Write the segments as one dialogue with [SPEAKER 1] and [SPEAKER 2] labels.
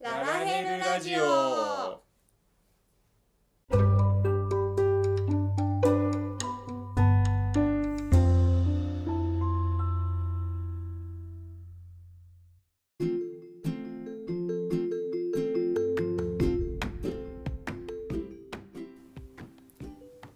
[SPEAKER 1] ネルラジオ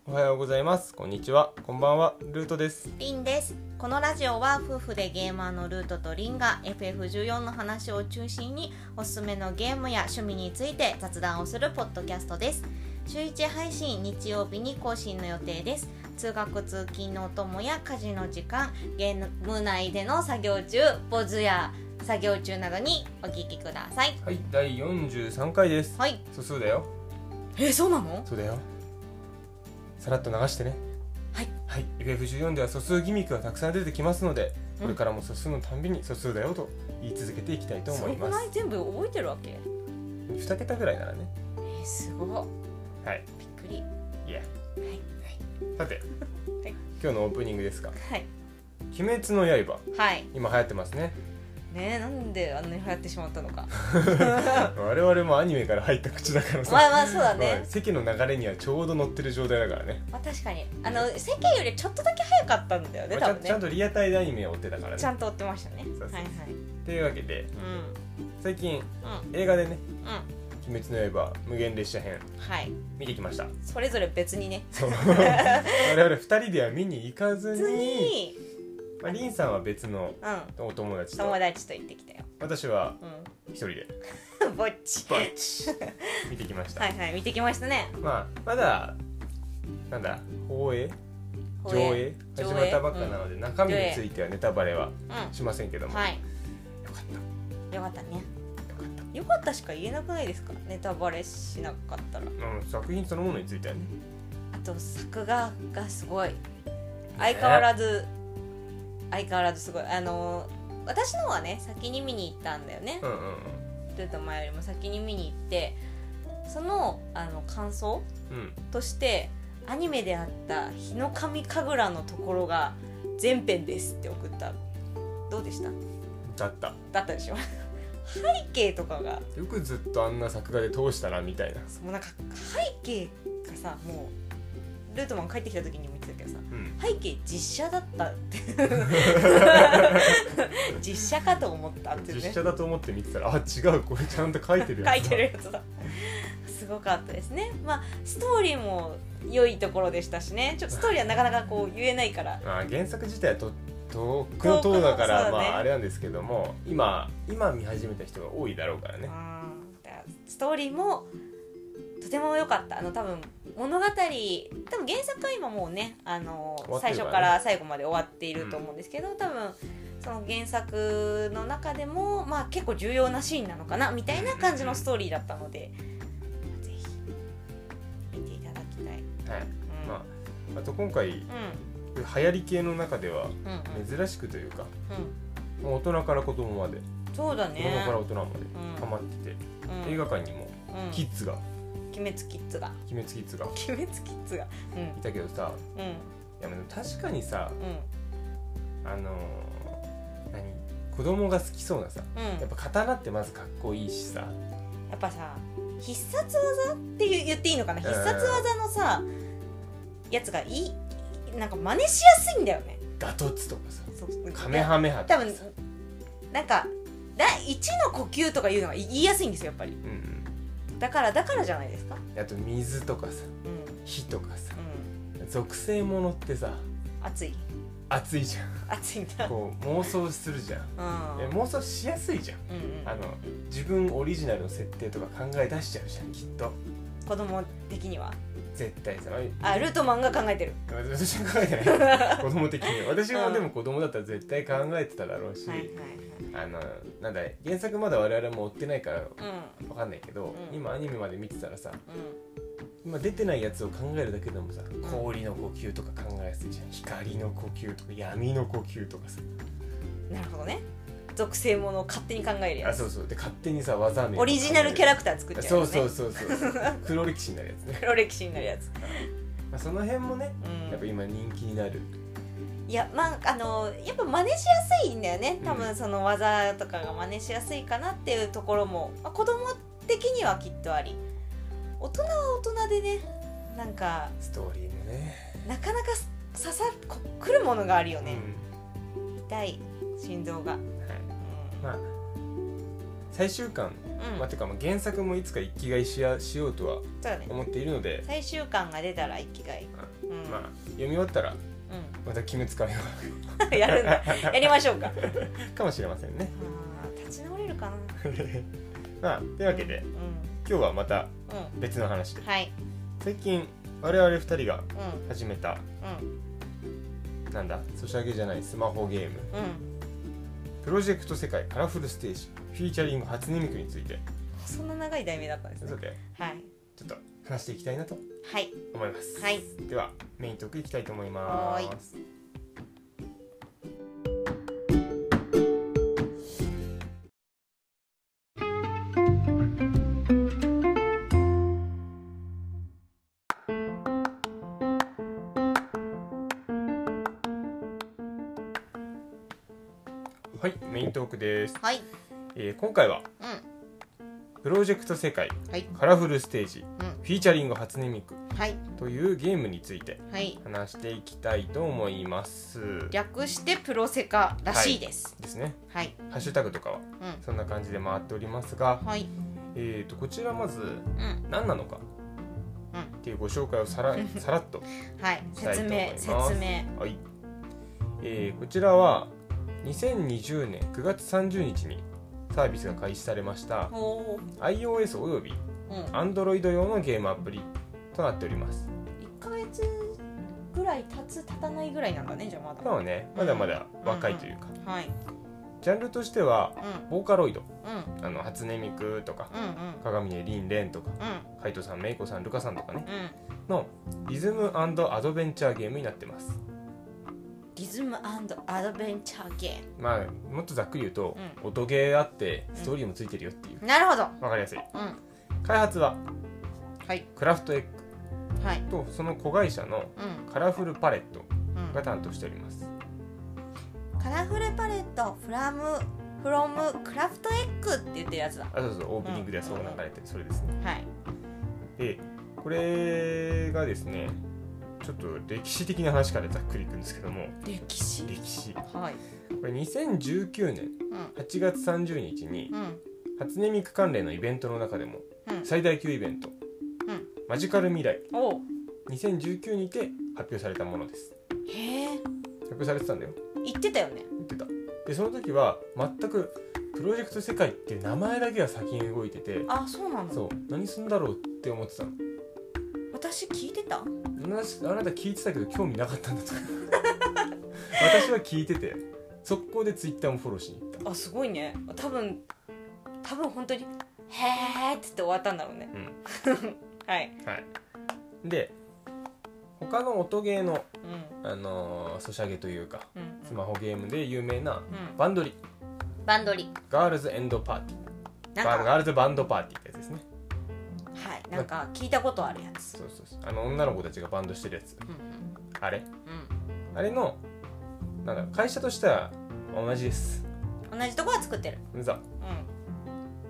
[SPEAKER 2] おはようございますこんにちはこんばんはルートです
[SPEAKER 1] リンですこのラジオは夫婦でゲーマーのルートとリンが FF14 の話を中心におすすめのゲームや趣味について雑談をするポッドキャストです週1配信日曜日に更新の予定です通学通勤のお供や家事の時間ゲーム内での作業中ポズや作業中などにお聞きください
[SPEAKER 2] はい第43回です
[SPEAKER 1] はい
[SPEAKER 2] 素数だよ
[SPEAKER 1] えそうなの
[SPEAKER 2] そうだよさらっと流してね
[SPEAKER 1] はい
[SPEAKER 2] はい FF14 では素数ギミックがたくさん出てきますのでこれからも素数のたんびに素数だよと言い続けていきたいと思います
[SPEAKER 1] 全部覚えてるわけ
[SPEAKER 2] 2桁ぐらいならね
[SPEAKER 1] えーすごい
[SPEAKER 2] はい
[SPEAKER 1] びっくり
[SPEAKER 2] いや
[SPEAKER 1] はい
[SPEAKER 2] さて
[SPEAKER 1] はい
[SPEAKER 2] 今日のオープニングですが
[SPEAKER 1] はい
[SPEAKER 2] 「鬼滅の刃
[SPEAKER 1] はい」
[SPEAKER 2] 今流行ってますね
[SPEAKER 1] ねえなんであんなに流行ってしまったの か
[SPEAKER 2] 我々もアニメから入った口だからさ
[SPEAKER 1] まあまあそうだ
[SPEAKER 2] まあ
[SPEAKER 1] ね、
[SPEAKER 2] 席の流れにはちょうど乗ってる状態だからね
[SPEAKER 1] まあ、確かにあの世間よりちょっとだけ早かったんだよね
[SPEAKER 2] ま
[SPEAKER 1] 多
[SPEAKER 2] あちゃん
[SPEAKER 1] 分
[SPEAKER 2] ちゃん
[SPEAKER 1] ね
[SPEAKER 2] とリアタイでアニメを追ってたから
[SPEAKER 1] ちゃ
[SPEAKER 2] ね
[SPEAKER 1] んと追ってましたね
[SPEAKER 2] そうそうそう
[SPEAKER 1] はいはい
[SPEAKER 2] というわけで
[SPEAKER 1] うん
[SPEAKER 2] 最近
[SPEAKER 1] うん
[SPEAKER 2] 映画でね
[SPEAKER 1] う
[SPEAKER 2] 「鬼滅の刃無限列車編
[SPEAKER 1] んはい」
[SPEAKER 2] 見てきました
[SPEAKER 1] それぞれ別にね
[SPEAKER 2] そう我々二人では見に行かず
[SPEAKER 1] 別
[SPEAKER 2] に、
[SPEAKER 1] に
[SPEAKER 2] まあ、リンさんは別の
[SPEAKER 1] うん
[SPEAKER 2] お友達と
[SPEAKER 1] 友達と行ってきたよ
[SPEAKER 2] 私は
[SPEAKER 1] う
[SPEAKER 2] 一人で
[SPEAKER 1] ん ぼっち
[SPEAKER 2] バッチ見てきまし た、
[SPEAKER 1] はいはい見てきましたね
[SPEAKER 2] まあまだなんだ放映
[SPEAKER 1] 放
[SPEAKER 2] 上映
[SPEAKER 1] 上映
[SPEAKER 2] 始まったばっかなので、中身についてはネタバレは
[SPEAKER 1] う
[SPEAKER 2] しませんけど
[SPEAKER 1] ん
[SPEAKER 2] も、
[SPEAKER 1] はい
[SPEAKER 2] よかった
[SPEAKER 1] よかったね
[SPEAKER 2] よかった
[SPEAKER 1] よかったしか言えなくないですかネタバレしなかったら
[SPEAKER 2] うん作品そのものについてはね
[SPEAKER 1] あと作画がすごい相変わらず、相変わらずすごいあのー私のはね先に見に行ったんだよね
[SPEAKER 2] うんうん
[SPEAKER 1] ルート前よりも先に見に行ってそのあの感想
[SPEAKER 2] うんうん
[SPEAKER 1] としてアニメであった「日の神神楽」のところが全編ですって送ったどうでした
[SPEAKER 2] だった
[SPEAKER 1] だったでしょ背景とかが
[SPEAKER 2] よくずっとあんな作画で通したなみたいな
[SPEAKER 1] もうなんか背景がさもうルートマン帰ってきた時にも言ってたけどさ
[SPEAKER 2] うん
[SPEAKER 1] 背景実写だったって 実写かと思ったってね
[SPEAKER 2] 実写だと思って見てたらあ違うこれちゃんと書いてる や
[SPEAKER 1] 書
[SPEAKER 2] つ
[SPEAKER 1] いてるやつだすごかったですねまあストーリーも良いところでしたしねちょっとストーリーはなかなかこう言えないから
[SPEAKER 2] まあ原作自体はと遠くの塔だから
[SPEAKER 1] 遠くの塔だね
[SPEAKER 2] まああれなんですけども今今見始めた人が多いだろうから
[SPEAKER 1] う
[SPEAKER 2] ね
[SPEAKER 1] んだからストーリーもとても良かったあの多分物語多分原作は今もうねあの
[SPEAKER 2] 終わってるから
[SPEAKER 1] 最
[SPEAKER 2] ね
[SPEAKER 1] 初から最後まで終わっていると思うんですけど、多分その原作の中でも、まあ、結構重要なシーンなのかなみたいな感じのストーリーだったので、ぜひ見ていただきたい、うん
[SPEAKER 2] はいまああと今回流行り系の中では
[SPEAKER 1] うんうん
[SPEAKER 2] 珍しくというか
[SPEAKER 1] うん
[SPEAKER 2] もう大人から子供まで
[SPEAKER 1] うんそうだ
[SPEAKER 2] 子供
[SPEAKER 1] ね
[SPEAKER 2] から大人まで
[SPEAKER 1] うん
[SPEAKER 2] ハマってて、
[SPEAKER 1] うん
[SPEAKER 2] 映画館にも
[SPEAKER 1] うん
[SPEAKER 2] キッズが
[SPEAKER 1] 鬼滅キッズ が
[SPEAKER 2] 鬼滅キッズが
[SPEAKER 1] 鬼滅キッズがうん
[SPEAKER 2] いたけどさ
[SPEAKER 1] うん
[SPEAKER 2] いやでも確かにさ
[SPEAKER 1] うん
[SPEAKER 2] あのー何子供が好きそうなさ
[SPEAKER 1] うん
[SPEAKER 2] やっぱ刀ってまずかっこいいしさ
[SPEAKER 1] やっぱさ必殺技って言う言っていいのかな必殺技のさやつがいいなんか真似しやすいんだよね
[SPEAKER 2] ガトツとかさ
[SPEAKER 1] そう
[SPEAKER 2] カメハメハと
[SPEAKER 1] 多
[SPEAKER 2] か
[SPEAKER 1] 分
[SPEAKER 2] さ
[SPEAKER 1] なんか第一の呼吸とか言うのが言いやすいんですよやっぱり
[SPEAKER 2] うん
[SPEAKER 1] だからだからじゃないですか
[SPEAKER 2] うんあと水とかさ
[SPEAKER 1] うん
[SPEAKER 2] 火とかさ
[SPEAKER 1] うん
[SPEAKER 2] 属性ものってさ
[SPEAKER 1] 熱い
[SPEAKER 2] 熱いじゃ
[SPEAKER 1] 熱いん だ
[SPEAKER 2] んこう妄想するじゃん
[SPEAKER 1] うん
[SPEAKER 2] え妄想しやすいじゃん
[SPEAKER 1] うんうん
[SPEAKER 2] あの自分オリジナルの設定とか考え出しちゃうじゃんきっと
[SPEAKER 1] 子供的には
[SPEAKER 2] 絶対さ
[SPEAKER 1] あルートマンが考えて る
[SPEAKER 2] 私は考えて ない子供的に私もでも子供だったら絶対考えてただろうし、
[SPEAKER 1] はいはい
[SPEAKER 2] あのなんだ原作まだ我々も追ってないから
[SPEAKER 1] はい
[SPEAKER 2] わかんないけど、
[SPEAKER 1] うん
[SPEAKER 2] 今アニメまで見てたらさ
[SPEAKER 1] うんうん
[SPEAKER 2] 今出てないやつを考えるだけでもさ氷の呼吸とか考えやすいじゃん光の呼吸とか闇の呼吸とかさ
[SPEAKER 1] なるほどね属性ものを勝手に考えるや
[SPEAKER 2] あ
[SPEAKER 1] つ
[SPEAKER 2] そうそうで勝手にさ技名
[SPEAKER 1] オリジナルキャ
[SPEAKER 2] ラ
[SPEAKER 1] ラクター作っちゃう
[SPEAKER 2] そ
[SPEAKER 1] よ
[SPEAKER 2] う
[SPEAKER 1] ね
[SPEAKER 2] そうそうそう黒歴史になるやつね、
[SPEAKER 1] 黒歴史になるやつ、
[SPEAKER 2] まあ、その辺もね
[SPEAKER 1] うん
[SPEAKER 2] やっぱ今人気になる
[SPEAKER 1] いやまああのやっぱ真似しやすいんだよね
[SPEAKER 2] うん
[SPEAKER 1] 多分その技とかが真似しやすいかなっていうところも、まあ、子供的にはきっとあり大人は大人でねなんか
[SPEAKER 2] ストーリーもね
[SPEAKER 1] なかなか刺さこくるものがあるよね、痛い心臓が、うん
[SPEAKER 2] うんはい、まあ最終巻、
[SPEAKER 1] うん
[SPEAKER 2] まあ、てかまあ原作もいつか一気買いしやしようとは
[SPEAKER 1] そうだね
[SPEAKER 2] 思っているので、
[SPEAKER 1] 最終巻が出たら生きがい、うん
[SPEAKER 2] まあ読み終わったらまた決め使うよ
[SPEAKER 1] うん やるんだやりましょうかあ
[SPEAKER 2] かもしれませんね
[SPEAKER 1] ー立ち直れるかな
[SPEAKER 2] まあというわけで
[SPEAKER 1] うん
[SPEAKER 2] 今日はまた
[SPEAKER 1] うん、
[SPEAKER 2] 別の話で
[SPEAKER 1] うん、はい
[SPEAKER 2] 最近我々2人が
[SPEAKER 1] うん
[SPEAKER 2] 始めた
[SPEAKER 1] うん
[SPEAKER 2] なんだソシャゲじゃないスマホゲ
[SPEAKER 1] う
[SPEAKER 2] ーム
[SPEAKER 1] ん
[SPEAKER 2] プロジェクト世界カラフルステージフィーチャリング初音ミクについて
[SPEAKER 1] そんな長い題名だったんです
[SPEAKER 2] そ
[SPEAKER 1] ね
[SPEAKER 2] れで
[SPEAKER 1] はい
[SPEAKER 2] ちょっと話していきたいなと
[SPEAKER 1] はい
[SPEAKER 2] 思います、
[SPEAKER 1] はい
[SPEAKER 2] ではメイントークいきたいと思いますはいメイントークです、
[SPEAKER 1] はい
[SPEAKER 2] えー今回は
[SPEAKER 1] う
[SPEAKER 2] プロジェクト世界
[SPEAKER 1] んはい
[SPEAKER 2] カラフルステージ
[SPEAKER 1] うん
[SPEAKER 2] フィーチャリング初音ミク
[SPEAKER 1] はい
[SPEAKER 2] というゲームについて
[SPEAKER 1] はい
[SPEAKER 2] 話していきたいと思います。
[SPEAKER 1] 略してプロセカらしいです
[SPEAKER 2] ですね。
[SPEAKER 1] はい、
[SPEAKER 2] ハッシュタグとかはそんな感じで回っておりますが
[SPEAKER 1] うん、はい
[SPEAKER 2] えー、とこちらまず
[SPEAKER 1] うん
[SPEAKER 2] 何なのか
[SPEAKER 1] うん
[SPEAKER 2] っていうご紹介を さらさらっと、
[SPEAKER 1] はい
[SPEAKER 2] したいと
[SPEAKER 1] 説
[SPEAKER 2] 思い
[SPEAKER 1] 明
[SPEAKER 2] ます
[SPEAKER 1] 説明
[SPEAKER 2] はいえーこちらは2020年9月30日にサービスが開始されました
[SPEAKER 1] おお
[SPEAKER 2] iOS および
[SPEAKER 1] うん
[SPEAKER 2] Android 用のゲームアプリとなっております。
[SPEAKER 1] 1ヶ月ぐらい経つ経たないぐらいなんだねじゃあま
[SPEAKER 2] 今
[SPEAKER 1] だ
[SPEAKER 2] はねまだまだ若いというか、
[SPEAKER 1] はい
[SPEAKER 2] ジャンルとしては
[SPEAKER 1] うんうん
[SPEAKER 2] ボーカロイド
[SPEAKER 1] うん
[SPEAKER 2] あの初音ミクとか
[SPEAKER 1] うん
[SPEAKER 2] 鏡音凛蓮とか
[SPEAKER 1] う
[SPEAKER 2] 海藤さんメイコさんルカさんとかね
[SPEAKER 1] んうん
[SPEAKER 2] のリズムアドベンチャーゲームになってます
[SPEAKER 1] リズムアドベンチャーゲ
[SPEAKER 2] まあもっとざっくり言うと、音ゲーあってストーリーもついてるよっていう
[SPEAKER 1] ームなるほど
[SPEAKER 2] わかりやすい
[SPEAKER 1] うん
[SPEAKER 2] 開発は
[SPEAKER 1] はい
[SPEAKER 2] クラフトエッグ
[SPEAKER 1] はい
[SPEAKER 2] とその子会社の
[SPEAKER 1] うん
[SPEAKER 2] カラフルパレット
[SPEAKER 1] うん
[SPEAKER 2] が担当しております
[SPEAKER 1] カラフルパレットフラムフロムクラフトエッグって言ってるやつだ
[SPEAKER 2] あそうそうオープニングではそう流れてそれですね
[SPEAKER 1] はい
[SPEAKER 2] でこれがですねちょっと歴史的な話からざっくりいくんですけども
[SPEAKER 1] 歴史
[SPEAKER 2] 歴史こ
[SPEAKER 1] はい
[SPEAKER 2] れ2019年
[SPEAKER 1] うん
[SPEAKER 2] 8月30日に
[SPEAKER 1] うん
[SPEAKER 2] 初音ミク関連のイベントの中でも
[SPEAKER 1] うん
[SPEAKER 2] 最大級イベント、
[SPEAKER 1] うん
[SPEAKER 2] マジカル未来
[SPEAKER 1] おう
[SPEAKER 2] 2019にて発表されたものです
[SPEAKER 1] へえ
[SPEAKER 2] 発表されてたんだよ
[SPEAKER 1] 言ってたよね
[SPEAKER 2] 言ってたでその時は全くプロジェクト世界っていう名前だけが先に動いてて
[SPEAKER 1] あそうなの
[SPEAKER 2] そう何すんだろうって思ってたの
[SPEAKER 1] 私聞いてた
[SPEAKER 2] あなたあなた聞いてたけど興味なかった んだと私は聞いてて速攻でツイッターもフォローしに行った
[SPEAKER 1] あすごいね多分多分本当に「へーって言って終わったんだろうね
[SPEAKER 2] うん
[SPEAKER 1] はい、
[SPEAKER 2] で他の音ゲーの、
[SPEAKER 1] うん
[SPEAKER 2] あのーソシャゲというか
[SPEAKER 1] うんうん
[SPEAKER 2] スマホゲームで有名な
[SPEAKER 1] うん
[SPEAKER 2] バンドリ
[SPEAKER 1] バンドリ
[SPEAKER 2] ガールズエンドパーティー
[SPEAKER 1] なん
[SPEAKER 2] ガール
[SPEAKER 1] か
[SPEAKER 2] ガールズバンドパーティーってやつですね
[SPEAKER 1] はいなんか聞いたことあるやつ
[SPEAKER 2] そうそうそうあの女の子たちがバンドしてるやつ
[SPEAKER 1] うんうん
[SPEAKER 2] あれあれのなんだろう会社としては同じです
[SPEAKER 1] うん同じとこは作ってる
[SPEAKER 2] ザ
[SPEAKER 1] うん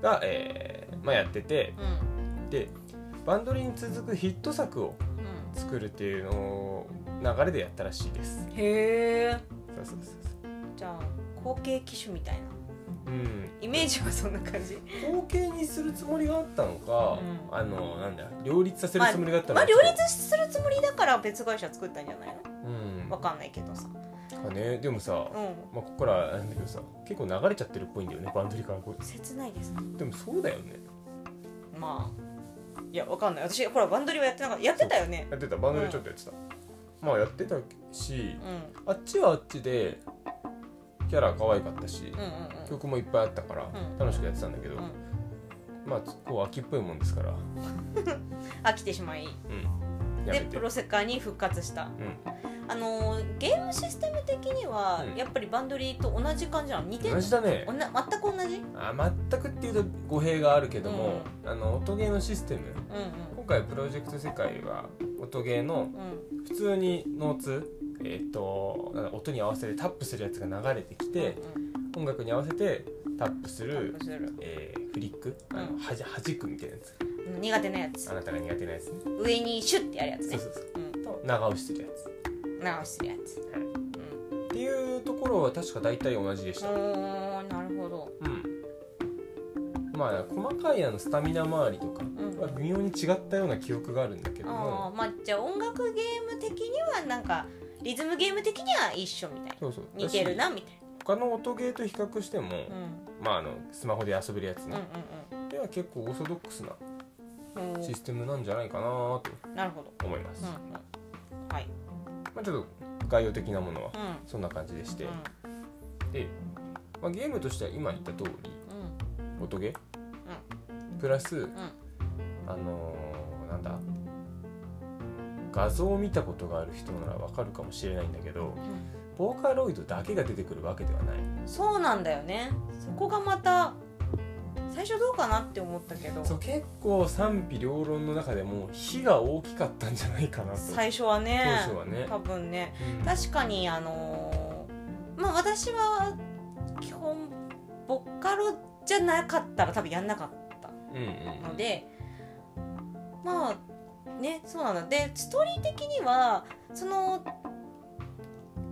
[SPEAKER 2] が、えーまあ、やってて
[SPEAKER 1] うん
[SPEAKER 2] でバンドリに続くヒット作を作るっていうのを流れでやったらしいです
[SPEAKER 1] うんへえ
[SPEAKER 2] そうそうそうそ
[SPEAKER 1] じゃあ後継機種みたいな
[SPEAKER 2] ううん
[SPEAKER 1] イメージはそんな 感じ
[SPEAKER 2] 後継にするつもりがあったのか、
[SPEAKER 1] うん
[SPEAKER 2] あのなんだ両立させるつもりがあったの
[SPEAKER 1] ま
[SPEAKER 2] か、
[SPEAKER 1] あ両立するつもりだから別会社作ったんじゃないの
[SPEAKER 2] うん
[SPEAKER 1] わかんないけどさ
[SPEAKER 2] かねでもさ、
[SPEAKER 1] うん
[SPEAKER 2] まあ、ここからなんだけどさ結構流れちゃってるっぽいんだよねバンドリからこ
[SPEAKER 1] 切ないです
[SPEAKER 2] うでもそうだよね
[SPEAKER 1] まあいやわかんない私ほらバンドリはやってなかったやってたよね
[SPEAKER 2] やってたバンドリちょっとやってた、まあやってたし
[SPEAKER 1] うん
[SPEAKER 2] あっちはあっちでキャラ可愛かったし
[SPEAKER 1] うん、うんうん
[SPEAKER 2] 曲もいっぱいあったから
[SPEAKER 1] うん
[SPEAKER 2] 楽しくやってたんだけど、
[SPEAKER 1] うん
[SPEAKER 2] まあこう秋っぽいもんですから
[SPEAKER 1] 飽きてしまい
[SPEAKER 2] うんやめ
[SPEAKER 1] で
[SPEAKER 2] て
[SPEAKER 1] プロセカに復活した
[SPEAKER 2] うん
[SPEAKER 1] あのーゲームシステム的には、
[SPEAKER 2] うん
[SPEAKER 1] やっぱりバンドリーと同じ感じなの似てる
[SPEAKER 2] 同じだね
[SPEAKER 1] おな全く同じうん
[SPEAKER 2] あ全くっていうと語弊があるけども、あの音ゲーのシステム今回プロジェクト世界は音ゲーの
[SPEAKER 1] うんうん
[SPEAKER 2] 普通にノーツえっ、となんだ音に合わせてタップするやつが流れてきて
[SPEAKER 1] うんうん
[SPEAKER 2] 音楽に合わせてタップす
[SPEAKER 1] タッ
[SPEAKER 2] る
[SPEAKER 1] プ、する
[SPEAKER 2] えーフリック、あ
[SPEAKER 1] う
[SPEAKER 2] の
[SPEAKER 1] ん
[SPEAKER 2] はじはじくみたいなやつ
[SPEAKER 1] うん苦手なやつ
[SPEAKER 2] あなたが苦手なやつね
[SPEAKER 1] 上にシュッてやるやつ
[SPEAKER 2] そ
[SPEAKER 1] ね
[SPEAKER 2] うそうそう
[SPEAKER 1] うん
[SPEAKER 2] と長押しするやつ
[SPEAKER 1] 直してるやつ
[SPEAKER 2] はいっていうところは確か大体同じでし
[SPEAKER 1] う
[SPEAKER 2] たうん
[SPEAKER 1] んおーなるほど
[SPEAKER 2] まあ細かいあのスタミナ周りとか
[SPEAKER 1] ん
[SPEAKER 2] は微妙に違ったような記憶があるんだけど
[SPEAKER 1] あ
[SPEAKER 2] も
[SPEAKER 1] ーまあじゃあ音楽ゲーム的にはなんかリズムゲーム的には一緒みたいな
[SPEAKER 2] そうそう
[SPEAKER 1] 似てるなみたい
[SPEAKER 2] 他の音ゲーと比較しても、
[SPEAKER 1] な、うん、
[SPEAKER 2] まああのスマホで遊べるやつ
[SPEAKER 1] うん
[SPEAKER 2] ね、では結構オーソドックスな
[SPEAKER 1] うんうん
[SPEAKER 2] システムなんじゃないかなと
[SPEAKER 1] おーなるほど
[SPEAKER 2] 思います、
[SPEAKER 1] うんうんはい
[SPEAKER 2] まあ、ちょっと概要的なものは
[SPEAKER 1] うん
[SPEAKER 2] そんな感じでして、
[SPEAKER 1] うん
[SPEAKER 2] で、まあ、ゲームとしては今言った通り
[SPEAKER 1] うん
[SPEAKER 2] 音ゲープラス
[SPEAKER 1] うん
[SPEAKER 2] あのーなんだ画像を見たことがある人ならわかるかもしれないんだけどボーカロイドだけが出てくるわけではない
[SPEAKER 1] うんそうなんだよねそこがまた最初どうかなって思ったけど
[SPEAKER 2] そう結構賛否両論の中でも火が大きかったんじゃないかなと
[SPEAKER 1] 最初はね
[SPEAKER 2] 当初はね
[SPEAKER 1] 多分ね
[SPEAKER 2] うん
[SPEAKER 1] 確かにあのーまあ私は基本ボカロじゃなかったら多分やんなかった
[SPEAKER 2] うんうん
[SPEAKER 1] のでまあねそうなんだでストーリー的にはその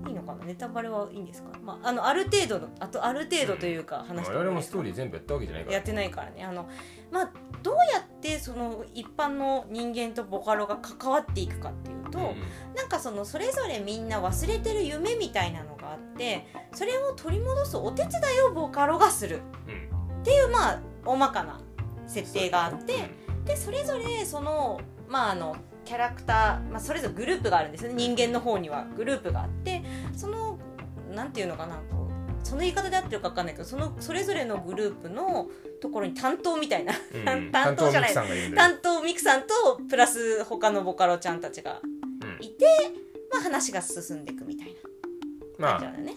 [SPEAKER 1] いいのかなネタバレはいいんですか、まあ、あのある程度のあとある程度というか
[SPEAKER 2] まあ
[SPEAKER 1] 話とかね
[SPEAKER 2] 我々もストーリー全部やったわけじゃないから
[SPEAKER 1] やってないからねあの、まあ、どうやってその一般の人間とボカロが関わっていくかっていうと、
[SPEAKER 2] うん
[SPEAKER 1] なんかそのそれぞれみんな忘れてる夢みたいなのがあってそれを取り戻すお手伝いをボカロがする
[SPEAKER 2] うん
[SPEAKER 1] っていうまあ大まかな設定があって、
[SPEAKER 2] うん
[SPEAKER 1] でそれぞれそのまああのキャラクター、まあ、それぞれグループがあるんですよね人間の方にはグループがあってそのなんていうのかなこうその言い方で合ってるか分かんないけどそのそれぞれのグループのところに担当みたいな
[SPEAKER 2] うんうん
[SPEAKER 1] 担当じゃない
[SPEAKER 2] 担当ミキさんがいるんだよ
[SPEAKER 1] 担当ミクさんとプラス他のボカロちゃんたちが
[SPEAKER 2] うん
[SPEAKER 1] いて、まあ、話が進んでいくみたいな
[SPEAKER 2] ま
[SPEAKER 1] 感じな
[SPEAKER 2] あ
[SPEAKER 1] んだよね。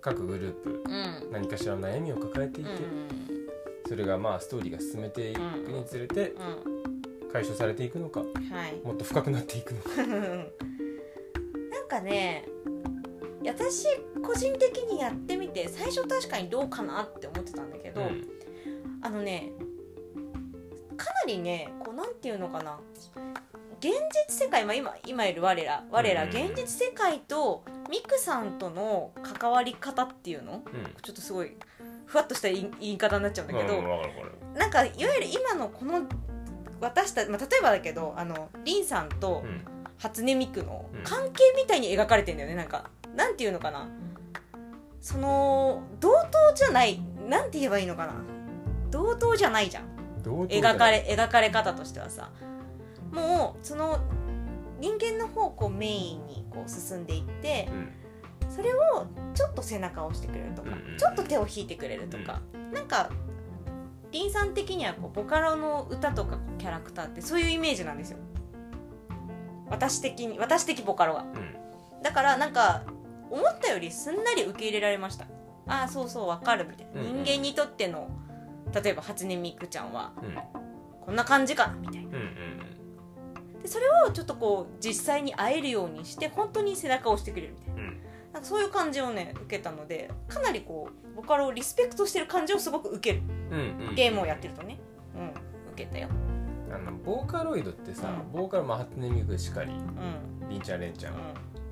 [SPEAKER 2] 各グループ
[SPEAKER 1] うん
[SPEAKER 2] 何かしらの悩みを抱えていて、
[SPEAKER 1] うん
[SPEAKER 2] それがまあストーリーが進めていくにつれて
[SPEAKER 1] うん
[SPEAKER 2] 解消されていくのか
[SPEAKER 1] はい
[SPEAKER 2] もっと深くなっていくのか
[SPEAKER 1] うんなんかねいや私個人的にやってみて最初確かにどうかなって思ってたんだけど、
[SPEAKER 2] うん
[SPEAKER 1] あのねかなりねこうなんていうのかな現実世界、まあ、今今いる我ら我ら
[SPEAKER 2] うん
[SPEAKER 1] 現実世界とミクさんとの関わり方っていうの
[SPEAKER 2] うん
[SPEAKER 1] ちょっとすごいふわっとした言い言い方になっちゃうんだけど、
[SPEAKER 2] うんわかるわかる
[SPEAKER 1] なんかいわゆる今のこの私たち、まあ、例えばだけどあのリンさんと、
[SPEAKER 2] うん
[SPEAKER 1] 初音ミクの
[SPEAKER 2] うん
[SPEAKER 1] 関係みたいに描かれてんだよねなんかなんていうのかなその同等じゃないなんて言えばいいのかな同等じゃないじゃん
[SPEAKER 2] どうどう
[SPEAKER 1] 描かれ描かれ方としてはさもうその人間の方向メインにこう進んでいって
[SPEAKER 2] うん
[SPEAKER 1] それをちょっと背中を押してくれるとか、
[SPEAKER 2] うんうん
[SPEAKER 1] ちょっと手を引いてくれるとか、なんかリンさん的にはこうボカロの歌とかキャラクターってそういうイメージなんですよ私的に私的ボカロが
[SPEAKER 2] うん
[SPEAKER 1] だからなんか思ったよりすんなり受け入れられましたああそうそうわかるみたいな、
[SPEAKER 2] うんうん
[SPEAKER 1] 人間にとっての例えば初音ミクちゃんは
[SPEAKER 2] うん
[SPEAKER 1] こんな感じかなみたいな
[SPEAKER 2] うん
[SPEAKER 1] でそれをちょっとこう実際に会えるようにして本当に背中を押してくれるみたいな
[SPEAKER 2] うんうん
[SPEAKER 1] なんかそういう感じをね受けたのでかなりこうボカロをリスペクトしてる感じをすごく受ける
[SPEAKER 2] うんうん
[SPEAKER 1] ゲームをやってるとねうん受けたよ
[SPEAKER 2] あのボーカロイドってさ
[SPEAKER 1] うん
[SPEAKER 2] ボーカルまあ初音ミクしかり
[SPEAKER 1] うん
[SPEAKER 2] りんちゃんれんちゃ
[SPEAKER 1] うんん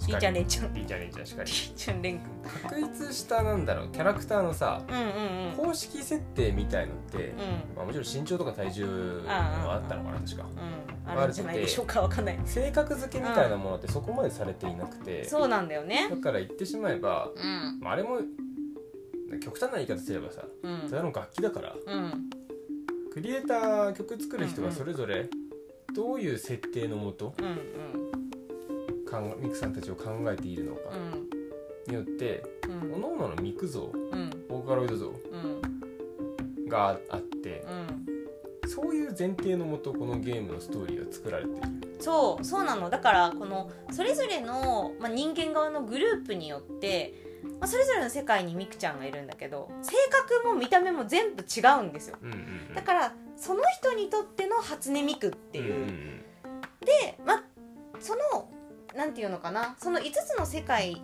[SPEAKER 2] し
[SPEAKER 1] り
[SPEAKER 2] か
[SPEAKER 1] んちゃ
[SPEAKER 2] り
[SPEAKER 1] んれんちゃん り
[SPEAKER 2] りんちゃんれんちゃんしかり
[SPEAKER 1] んちゃんれんくん
[SPEAKER 2] 確立したなんだろうキャラクターのさ
[SPEAKER 1] うんうんうん
[SPEAKER 2] 公式設定みたいのって
[SPEAKER 1] うん
[SPEAKER 2] まあもちろん身長とか体重はあったのかな確か
[SPEAKER 1] うんあるんじゃないでしょうかわかんない
[SPEAKER 2] 性格付けみたいなものってそこまでされていなくて
[SPEAKER 1] そうなんだよね
[SPEAKER 2] だから言ってしまえば
[SPEAKER 1] うん
[SPEAKER 2] まああれも極端な言い方すればさ
[SPEAKER 1] うん
[SPEAKER 2] ただの楽器だから
[SPEAKER 1] うん
[SPEAKER 2] クリエイター曲作る人がそれぞれどういう設定のもと
[SPEAKER 1] うんうん
[SPEAKER 2] かんミクさんたちを考えているのか
[SPEAKER 1] うん
[SPEAKER 2] によって
[SPEAKER 1] うん
[SPEAKER 2] 各々のミク像
[SPEAKER 1] うん
[SPEAKER 2] ボーカロイド像
[SPEAKER 1] うん
[SPEAKER 2] があって
[SPEAKER 1] うん
[SPEAKER 2] そういう前提のもとこのゲームのストーリーが作られている。
[SPEAKER 1] そうそうなのだからこのそれぞれの、まあ、人間側のグループによって、まあ、それぞれの世界にミクちゃんがいるんだけど性格も見た目も全部違うんですよ
[SPEAKER 2] うんうんうん
[SPEAKER 1] だからその人にとっての初音ミクっていう、
[SPEAKER 2] んん
[SPEAKER 1] で、まあ、そのなんていうのかなその5つの世界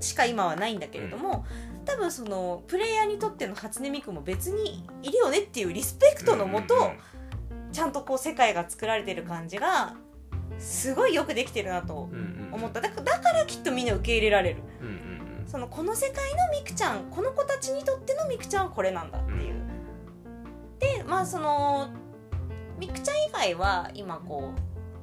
[SPEAKER 1] しか今はないんだけれども、多分そのプレイヤーにとっての初音ミクも別にいるよねっていうリスペクトのもと、
[SPEAKER 2] うんうんうん
[SPEAKER 1] ちゃんとこう世界が作られてる感じがすごいよくできてるなと
[SPEAKER 2] うんうん
[SPEAKER 1] 思っただからだからきっとみんな受け入れられる
[SPEAKER 2] うんうん
[SPEAKER 1] そのこの世界のミクちゃんこの子たちにとってのミクちゃんはこれなんだっていう。でまあそのミクちゃん以外は今こ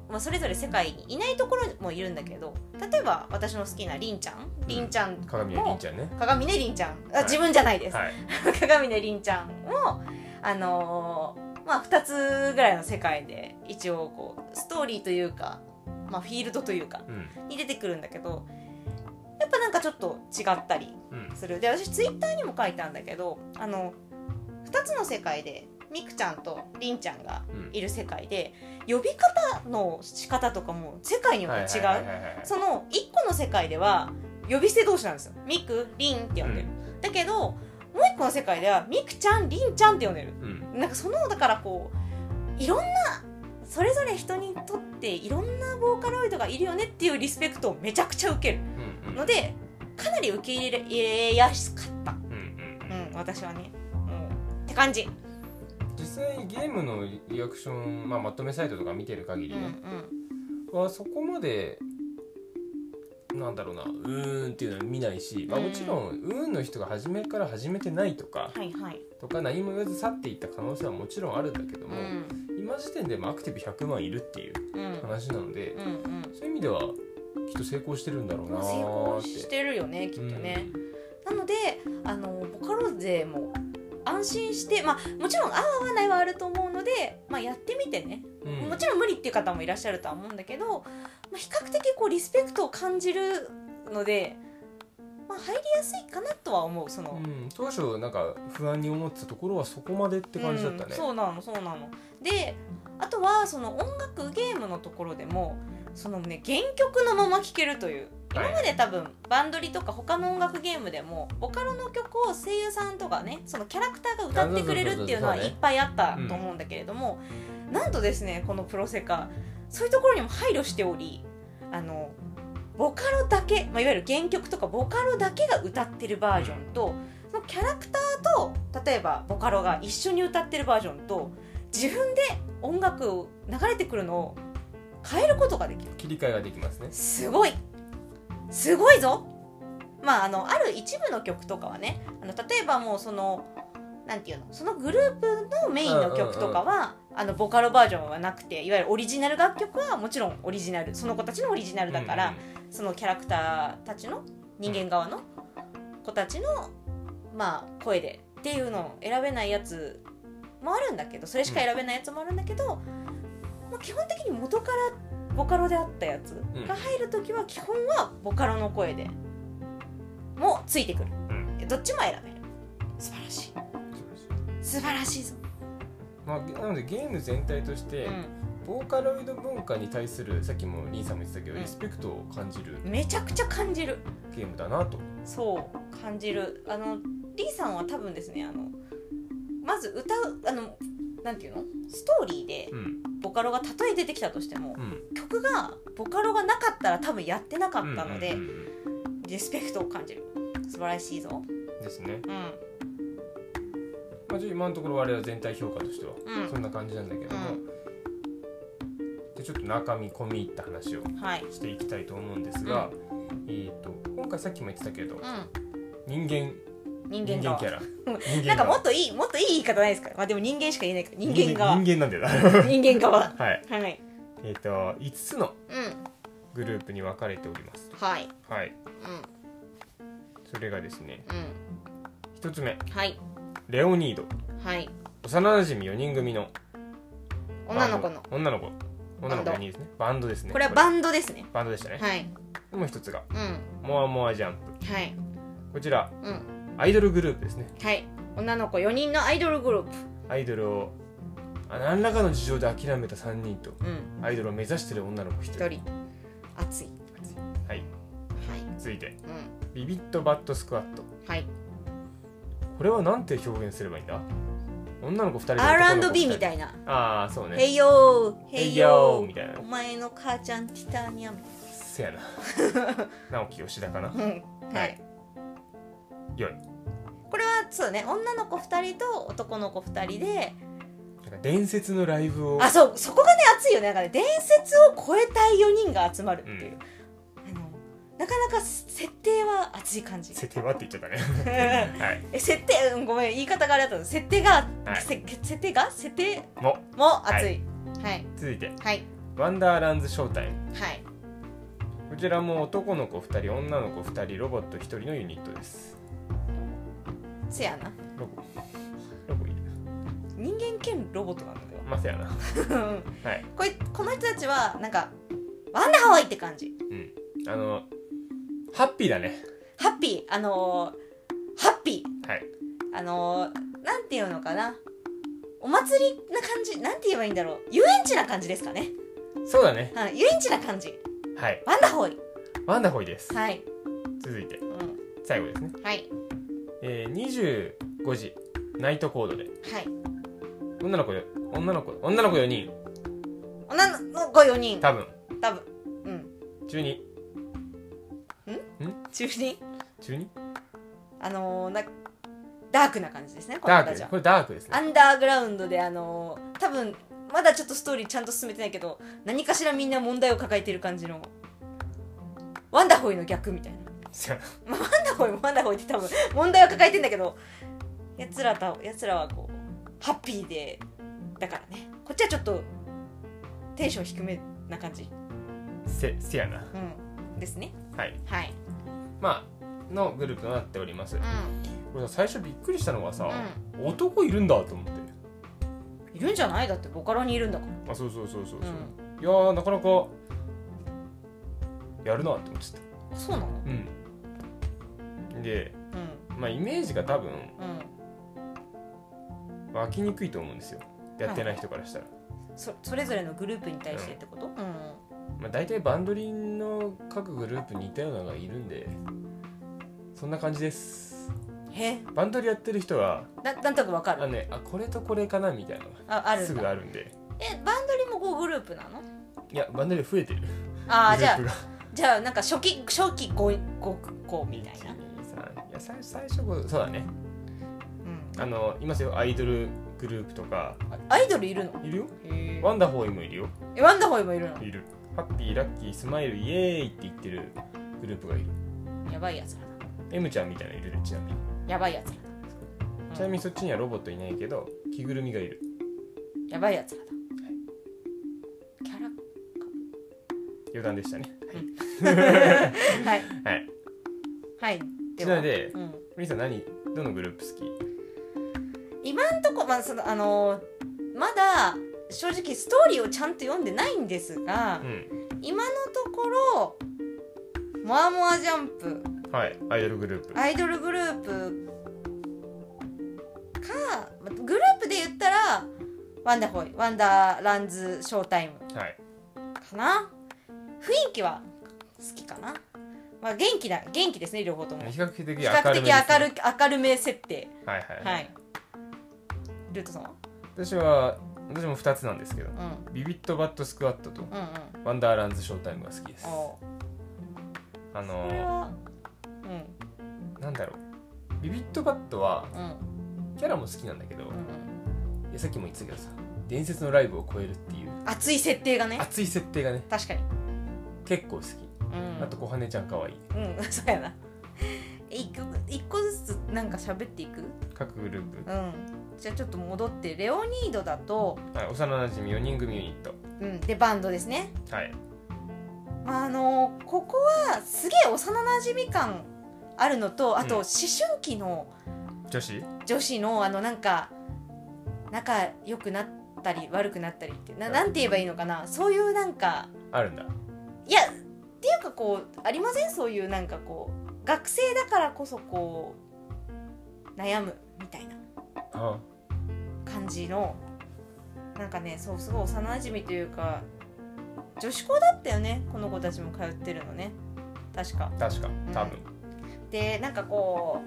[SPEAKER 1] う、まあ、それぞれ世界にいないところもいるんだけど例えば私の好きなりんちゃんりんちゃん
[SPEAKER 2] うん鏡のりんちゃんね
[SPEAKER 1] 鏡ねりんちゃん
[SPEAKER 2] は
[SPEAKER 1] あ
[SPEAKER 2] い
[SPEAKER 1] 自分じゃないです、
[SPEAKER 2] はい
[SPEAKER 1] 鏡ねりんちゃんもあのーまあ2つぐらいの世界で一応こうストーリーというか、まあ、フィールドというか
[SPEAKER 2] うん
[SPEAKER 1] に出てくるんだけどやっぱなんかちょっと違ったり
[SPEAKER 2] うん
[SPEAKER 1] するで私ツイッターにも書いたんだけどあの2つの世界でみくちゃんとりんちゃんが
[SPEAKER 2] うん
[SPEAKER 1] いる世界で呼び方の仕方とかも世界によって違
[SPEAKER 2] はいはいうはいはいはい
[SPEAKER 1] その1個の世界では呼び捨て同士なんですよみくりんって呼んでる、だけどもう1個の世界ではみくちゃんりんちゃんって呼んでる
[SPEAKER 2] うん
[SPEAKER 1] なんかそのだからこういろんなそれぞれ人にとっていろんなボーカロイドがいるよねっていうリスペクトをめちゃくちゃ受ける
[SPEAKER 2] うんうん
[SPEAKER 1] のでかなり受け入れ入れやすかった
[SPEAKER 2] うんうん
[SPEAKER 1] うん私はねもうって感じ
[SPEAKER 2] 実際ゲームのリアクション、まあ、まとめサイトとか見てる
[SPEAKER 1] う
[SPEAKER 2] 限
[SPEAKER 1] ん
[SPEAKER 2] り
[SPEAKER 1] う
[SPEAKER 2] ね、
[SPEAKER 1] ん
[SPEAKER 2] はそこまでなんだろうなうーんっていうのは見ないし、まあ、
[SPEAKER 1] うん
[SPEAKER 2] もちろんうーんの人が初めから始めてないとか
[SPEAKER 1] はいはい
[SPEAKER 2] とか何も言わず去っていった可能性はもちろんあるんだけど
[SPEAKER 1] う
[SPEAKER 2] も、
[SPEAKER 1] ん
[SPEAKER 2] 今時点でもアクティブ100万いるっていう
[SPEAKER 1] うん
[SPEAKER 2] 話なので、
[SPEAKER 1] うんうん
[SPEAKER 2] そういう意味ではきっと成功してるんだろう
[SPEAKER 1] も
[SPEAKER 2] な
[SPEAKER 1] う成
[SPEAKER 2] ー
[SPEAKER 1] 功
[SPEAKER 2] って
[SPEAKER 1] してるよねきっとね、なのであのボカロ勢も安心してまあもちろん合う合わないはあると思うので、まあ、やってみてね
[SPEAKER 2] うんうん
[SPEAKER 1] もちろん無理っていう方もいらっしゃるとは思うんだけど、まあ、比較的こうリスペクトを感じるので、まあ、入りやすいかなとは思うその、
[SPEAKER 2] うん当初なんか不安に思ってたところはそこまでって感じだった
[SPEAKER 1] うん
[SPEAKER 2] ね、
[SPEAKER 1] そうなのそうなのであとはその音楽ゲームのところでもそのね原曲のまま聴けるという
[SPEAKER 2] はい
[SPEAKER 1] 今まで多分バンドリとか他の音楽ゲームでもボカロの曲を声優さんとかねそのキャラクターが歌ってくれるっていうのは
[SPEAKER 2] そうそうそうそ
[SPEAKER 1] い
[SPEAKER 2] うね
[SPEAKER 1] っぱいあったと思うんだけれども、なんとですねこのプロセカそういうところにも配慮しておりあのボカロだけ、まあ、いわゆる原曲とかボカロだけが歌ってるバージョンとそのキャラクターと例えばボカロが一緒に歌ってるバージョンと自分で音楽を流れてくるのを変えることができる
[SPEAKER 2] 切り替えができますね
[SPEAKER 1] すごいすごいぞまああのある一部の曲とかはねあの例えばもうそのなんていうのそのグループのメインの曲とかは、あのボカロバージョンはなくていわゆるオリジナル楽曲はもちろんオリジナルその子たちのオリジナルだから、そのキャラクターたちの人間側の子たちの、まあ、声でっていうのを選べないやつもあるんだけどそれしか選べないやつもあるんだけど、まあ、基本的に元からボカロであったやつが入る時は基本はボカロの声でもついてくる、どっちも選べる素晴らしい
[SPEAKER 2] うんうんそうです
[SPEAKER 1] 素晴らしいぞ、
[SPEAKER 2] まあ、なのでゲーム全体として、ボーカロイド文化に対するさっきもリンさんも言ってたけど、
[SPEAKER 1] うん
[SPEAKER 2] リスペクトを感じる
[SPEAKER 1] うん、めちゃくちゃ感じる
[SPEAKER 2] ゲームだなと、
[SPEAKER 1] そう感じるあのリーさんは多分ですねあのまず歌うあのなんていうのストーリーで
[SPEAKER 2] うん
[SPEAKER 1] ボカロがたとえ出てきたとしても
[SPEAKER 2] うん、
[SPEAKER 1] 曲がボカロがなかったら多分やってなかったの
[SPEAKER 2] う
[SPEAKER 1] で
[SPEAKER 2] んうんうん
[SPEAKER 1] リスペクトを感じる素晴らしいぞ
[SPEAKER 2] うんですね、
[SPEAKER 1] うん
[SPEAKER 2] まあ、じゃあ今のところ我々は全体評価としては、
[SPEAKER 1] うん
[SPEAKER 2] そんな感じなんだけども、
[SPEAKER 1] うん
[SPEAKER 2] でちょっと中身込み入った話を
[SPEAKER 1] はい
[SPEAKER 2] していきたいと思うんですが、えー、と今回さっきも言ってたけど、
[SPEAKER 1] う
[SPEAKER 2] 人間
[SPEAKER 1] ん人
[SPEAKER 2] 人
[SPEAKER 1] 間側
[SPEAKER 2] 間キャラ人
[SPEAKER 1] なんかも
[SPEAKER 2] 側
[SPEAKER 1] っといいもっといい言い方ないですかまあでも人間しか言えないから人間側
[SPEAKER 2] 人間人間なんだよ
[SPEAKER 1] 人間側
[SPEAKER 2] な はい
[SPEAKER 1] はい
[SPEAKER 2] えっ、と5つの
[SPEAKER 1] うん
[SPEAKER 2] グループに分かれております
[SPEAKER 1] はい
[SPEAKER 2] はい
[SPEAKER 1] うん
[SPEAKER 2] それがですね
[SPEAKER 1] う
[SPEAKER 2] 1つ目
[SPEAKER 1] んはい
[SPEAKER 2] レオニード
[SPEAKER 1] はい
[SPEAKER 2] 幼馴染4人組の
[SPEAKER 1] 女の子の
[SPEAKER 2] バンド女の子女
[SPEAKER 1] バン
[SPEAKER 2] の子
[SPEAKER 1] ド
[SPEAKER 2] 4人ですねバンドですね
[SPEAKER 1] これはバンドですね
[SPEAKER 2] バンドでしたね、
[SPEAKER 1] はい
[SPEAKER 2] もう一つが
[SPEAKER 1] うん
[SPEAKER 2] モアモアジャンプ
[SPEAKER 1] はい
[SPEAKER 2] こちら
[SPEAKER 1] うん
[SPEAKER 2] アイドルグループですね
[SPEAKER 1] はい女の子4人のアイドルグループ
[SPEAKER 2] アイドルをあ何らかの事情で諦めた3人と
[SPEAKER 1] うん
[SPEAKER 2] アイドルを目指してる女の子1人
[SPEAKER 1] 1人熱い
[SPEAKER 2] はい
[SPEAKER 1] はい
[SPEAKER 2] 続いて
[SPEAKER 1] うん
[SPEAKER 2] ビビットバットスクワット
[SPEAKER 1] はい
[SPEAKER 2] これはなんて表現すればいいんだ女の子2人
[SPEAKER 1] R&B み
[SPEAKER 2] い
[SPEAKER 1] たいな
[SPEAKER 2] ああそう
[SPEAKER 1] 「
[SPEAKER 2] ね
[SPEAKER 1] へいよーへい
[SPEAKER 2] Hey yo
[SPEAKER 1] よー」
[SPEAKER 2] みたいな
[SPEAKER 1] お前の母ちゃんティタニアム
[SPEAKER 2] せやな直木吉田かな
[SPEAKER 1] うんは
[SPEAKER 2] はいいよい
[SPEAKER 1] これはそうね女の子2人と男の子2人で
[SPEAKER 2] なんか伝説のライブを
[SPEAKER 1] あそうそこがね熱いよねなんかね伝説を超えたい4人が集まるっていう、あのなかなか設定は熱い感じ
[SPEAKER 2] 設定はって言っちゃったね はい
[SPEAKER 1] え設定うんごめん言い方があれだったの設定が、
[SPEAKER 2] はい
[SPEAKER 1] せ設定が設定
[SPEAKER 2] も
[SPEAKER 1] も熱いはい
[SPEAKER 2] 続いて
[SPEAKER 1] はい
[SPEAKER 2] 「ワンダーランズショータイム
[SPEAKER 1] はい」
[SPEAKER 2] こちらも男の子2人女の子2人ロボット1人のユニットです
[SPEAKER 1] せやな
[SPEAKER 2] ロボロボいる
[SPEAKER 1] 人間兼ロボットなんだ
[SPEAKER 2] まあせやなは
[SPEAKER 1] けどうん
[SPEAKER 2] い
[SPEAKER 1] これこの人たちはなんかワンダホーイって感じ
[SPEAKER 2] うんあのハッピーだね
[SPEAKER 1] ハッピーあのーハッピ
[SPEAKER 2] はい
[SPEAKER 1] ーあのーなんていうのかなお祭りな感じなんて言えばいいんだろう遊園地な感じですかね、
[SPEAKER 2] そうだね
[SPEAKER 1] はい、遊園地な感じ
[SPEAKER 2] はい
[SPEAKER 1] ワンダホーイ
[SPEAKER 2] ワンダホイです
[SPEAKER 1] はい、
[SPEAKER 2] 続いて
[SPEAKER 1] う
[SPEAKER 2] 最後ですね
[SPEAKER 1] ん、はい
[SPEAKER 2] えー、25時ナイトコードで
[SPEAKER 1] はい
[SPEAKER 2] 女の子よ女の子女の子4人
[SPEAKER 1] 女の子4人
[SPEAKER 2] 多分
[SPEAKER 1] 多分うん
[SPEAKER 2] 12
[SPEAKER 1] 中心
[SPEAKER 2] 12
[SPEAKER 1] あのーなダークな感じですねこの
[SPEAKER 2] ダー
[SPEAKER 1] 方
[SPEAKER 2] ク
[SPEAKER 1] じ
[SPEAKER 2] で
[SPEAKER 1] ゃ
[SPEAKER 2] これダークです
[SPEAKER 1] ア
[SPEAKER 2] ね
[SPEAKER 1] ンダーグラウンドであのー多分まだちょっとストーリーちゃんと進めてないけど何かしらみんな問題を抱えてる感じのワンダホイの逆みたいな
[SPEAKER 2] せやな
[SPEAKER 1] ワンダホイもワンダホイって多分問題を抱えてんだけどやつらとやつらはこうハッピーでだからねこっちはちょっとテンション低めな感じ、
[SPEAKER 2] せせやな
[SPEAKER 1] うん、ですね
[SPEAKER 2] はい
[SPEAKER 1] はい
[SPEAKER 2] まあのグループとなっております
[SPEAKER 1] う
[SPEAKER 2] これさ最初びっくりしたのがさ、男いるんだと思って
[SPEAKER 1] んいるんじゃないだってボカロにいるんだから
[SPEAKER 2] あそうそうそうそう
[SPEAKER 1] う
[SPEAKER 2] そう、いやーなかなかやるなって思っちゃっ
[SPEAKER 1] あそうなの
[SPEAKER 2] たうんでまあイメージが多分
[SPEAKER 1] うんうん
[SPEAKER 2] 湧きにくいと思うんですよやってない人からしたら、
[SPEAKER 1] そそれぞれのグループに対してってこと、うん
[SPEAKER 2] まあ、大体バンドリンの各グループに似たようなのがいるんでそんな感じです
[SPEAKER 1] へ
[SPEAKER 2] バンドリやってる人は
[SPEAKER 1] ななんとなくわか
[SPEAKER 2] あ
[SPEAKER 1] る
[SPEAKER 2] ねあこれとこれかなみたいなのが
[SPEAKER 1] あある
[SPEAKER 2] す
[SPEAKER 1] ん
[SPEAKER 2] ぐ
[SPEAKER 1] だ
[SPEAKER 2] あるんで
[SPEAKER 1] えバンドリもこうグループなの
[SPEAKER 2] いやバンドリン増えてる
[SPEAKER 1] ああ
[SPEAKER 2] グ
[SPEAKER 1] じ
[SPEAKER 2] ル
[SPEAKER 1] ゃ
[SPEAKER 2] ープ
[SPEAKER 1] あ
[SPEAKER 2] が
[SPEAKER 1] じゃあなんか初期初期ごごごみたいな、
[SPEAKER 2] 123いや最最初こうそうだね
[SPEAKER 1] うん、
[SPEAKER 2] あのいますよアイドルグループとか
[SPEAKER 1] アイドルいるの
[SPEAKER 2] いるよ
[SPEAKER 1] へ
[SPEAKER 2] ワンダホーイもいるよ
[SPEAKER 1] えワンダホイもいるの
[SPEAKER 2] いるハッピーラッキースマイルイエーイって言ってるグループがいる
[SPEAKER 1] やばいやつらだ
[SPEAKER 2] M ちゃんみたいなのいるでちなみに
[SPEAKER 1] やばいやつら
[SPEAKER 2] ち
[SPEAKER 1] だ、
[SPEAKER 2] な
[SPEAKER 1] うん
[SPEAKER 2] みにそっちにはロボットいないけど着ぐるみがいる
[SPEAKER 1] やばいやつらだキャ
[SPEAKER 2] 余談でしたね
[SPEAKER 1] ラはい
[SPEAKER 2] はい
[SPEAKER 1] はいで
[SPEAKER 2] ちな
[SPEAKER 1] は
[SPEAKER 2] みで
[SPEAKER 1] うん、
[SPEAKER 2] みーさん何どのグループ好き
[SPEAKER 1] 今んとこ、まあそのあのーまだ正直ストーリーをちゃんと読んでないんですが、
[SPEAKER 2] うん
[SPEAKER 1] 今のところモアモアジャンプ
[SPEAKER 2] はいアイドルグループ
[SPEAKER 1] アイドルグループかグループで言ったらワンダホイワンダーランズショータイム
[SPEAKER 2] はい
[SPEAKER 1] かな雰囲気は好きかな、まあ、元気だ元気ですね両方とも
[SPEAKER 2] 比較的明るめ
[SPEAKER 1] 比較的明
[SPEAKER 2] い
[SPEAKER 1] る明るめ設定
[SPEAKER 2] はいはい、
[SPEAKER 1] は
[SPEAKER 2] はい
[SPEAKER 1] いルートさんは、
[SPEAKER 2] 私は私も2つなんですけど
[SPEAKER 1] うん、
[SPEAKER 2] ビビットバットスクワットと
[SPEAKER 1] うんうん
[SPEAKER 2] ワンダーランズショータイムが好きです
[SPEAKER 1] おう
[SPEAKER 2] あ
[SPEAKER 1] これ
[SPEAKER 2] の
[SPEAKER 1] はうん
[SPEAKER 2] ーなんだろうビビットバットは
[SPEAKER 1] うん
[SPEAKER 2] キャラも好きなんだけど、
[SPEAKER 1] うんうん
[SPEAKER 2] いやさっきも言ってたけどさ伝説のライブを超えるっていう
[SPEAKER 1] 熱い設定がね
[SPEAKER 2] 熱い設定がね
[SPEAKER 1] 確かに
[SPEAKER 2] 結構好き
[SPEAKER 1] うん
[SPEAKER 2] あと小羽ちゃん可愛い
[SPEAKER 1] うん、 そうやな。一個一個ずつなんか喋っていく。
[SPEAKER 2] 各グループ、
[SPEAKER 1] うん。じゃあちょっと戻ってレオニードだと、
[SPEAKER 2] はい、幼なじみ4人組ユニット
[SPEAKER 1] うん、でバンドですね。
[SPEAKER 2] はい
[SPEAKER 1] まああのここはすげえ幼なじみ感あるのと、あと
[SPEAKER 2] うん
[SPEAKER 1] 思春期の
[SPEAKER 2] 女子
[SPEAKER 1] 女子のあのなんか仲良くなったり悪くなったりってななんて言えばいいのかな。そういうなんか
[SPEAKER 2] あるんだ
[SPEAKER 1] いやっていうかこうありませんそういうなんかこう学生だからこそこう悩むみたいな。
[SPEAKER 2] あ
[SPEAKER 1] 感じのなんかねそうすごい幼馴染というか女子校だったよねこの子たちも通ってるのね確か
[SPEAKER 2] あ確か多分、
[SPEAKER 1] でなんかこ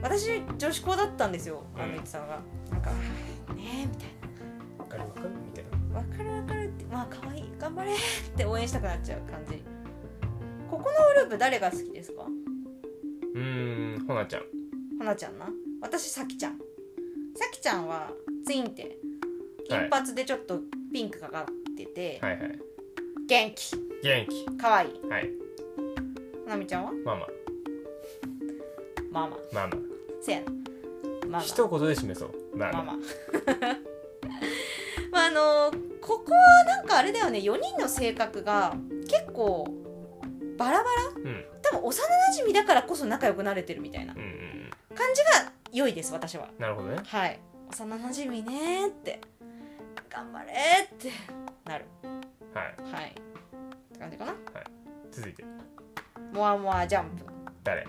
[SPEAKER 1] う私女子校だったんですよあ
[SPEAKER 2] う
[SPEAKER 1] の
[SPEAKER 2] ん
[SPEAKER 1] いつさんが、なんか「ねえ」みたい
[SPEAKER 2] わかるわかるみたい
[SPEAKER 1] な「
[SPEAKER 2] な
[SPEAKER 1] わかるわかる」って「まあ可愛い頑張れ」って応援したくなっちゃう感じここのグループ誰が好きですか
[SPEAKER 2] うーんほなちゃん
[SPEAKER 1] ほなちゃんな私さきちゃんさきちゃんはツインテン
[SPEAKER 2] はい
[SPEAKER 1] 金髪でちょっとピンクがかってて、
[SPEAKER 2] はいはい
[SPEAKER 1] 元気
[SPEAKER 2] 元気
[SPEAKER 1] 可愛い
[SPEAKER 2] はい
[SPEAKER 1] なみちゃんは
[SPEAKER 2] ママ
[SPEAKER 1] まあまあ
[SPEAKER 2] ママ
[SPEAKER 1] せやなまあまあ
[SPEAKER 2] 一言で示そうマ
[SPEAKER 1] まあ
[SPEAKER 2] マ
[SPEAKER 1] まあ まああのーここはなんかあれだよね4人の性格が結構バラバラ
[SPEAKER 2] うんうん
[SPEAKER 1] 多分幼なじみだからこそ仲良くなれてるみたいな
[SPEAKER 2] うんうん
[SPEAKER 1] 感じが良いです私は
[SPEAKER 2] なるほどね
[SPEAKER 1] はい幼なじみねーって頑張れーってなる
[SPEAKER 2] はい
[SPEAKER 1] はいって感じかな
[SPEAKER 2] 続いて
[SPEAKER 1] モアモアジャンプ
[SPEAKER 2] 誰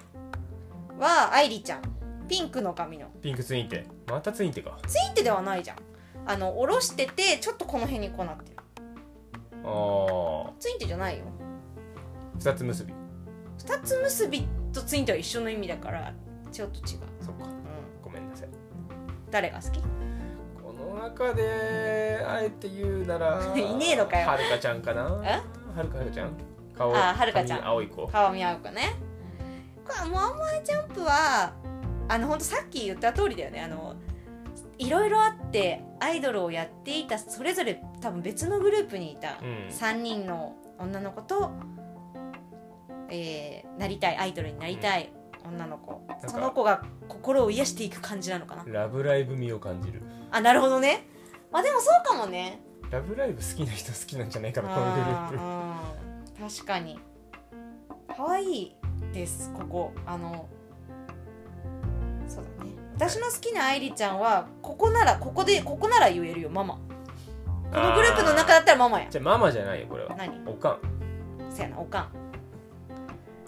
[SPEAKER 1] は愛梨ちゃんピンクの髪の
[SPEAKER 2] ピンクツインテまたツインテか
[SPEAKER 1] ツインテではないじゃんあの下ろしててちょっとこの辺にこうなってる
[SPEAKER 2] ああ
[SPEAKER 1] ツインテじゃないよ
[SPEAKER 2] 二つ結び
[SPEAKER 1] 二つ結びとツインテは一緒の意味だからちょっと違う、
[SPEAKER 2] そっか
[SPEAKER 1] うん、
[SPEAKER 2] ごめんなさい
[SPEAKER 1] 誰が好き
[SPEAKER 2] この中であえて言うなら
[SPEAKER 1] いねえのかよ
[SPEAKER 2] はるかちゃんかな
[SPEAKER 1] え
[SPEAKER 2] はるかはるかちゃん顔
[SPEAKER 1] あはるかちゃん
[SPEAKER 2] 髪青い子
[SPEAKER 1] 川見合うかねこれ「モアモアジャンプは」あのほんとさっき言った通りだよねあのいろいろあってアイドルをやっていたそれぞれ多分別のグループにいた
[SPEAKER 2] うん
[SPEAKER 1] 3人の女の子と、えーなりたいアイドルになりたい女の子
[SPEAKER 2] か
[SPEAKER 1] その子が心を癒していく感じなのかな
[SPEAKER 2] ラブライブ味を感じる
[SPEAKER 1] あなるほどねまあでもそうかもね
[SPEAKER 2] ラブライブ好きな人好きなんじゃないかなこのグルー
[SPEAKER 1] あ
[SPEAKER 2] プ
[SPEAKER 1] ーうん確かに可愛いですここあのそうだね私の好きな愛梨ちゃんはここならここでここなら言えるよママこのグループの中
[SPEAKER 2] あ
[SPEAKER 1] だったらママや
[SPEAKER 2] ーじゃあママじゃないよこれは
[SPEAKER 1] 何
[SPEAKER 2] おかん
[SPEAKER 1] せやなおかん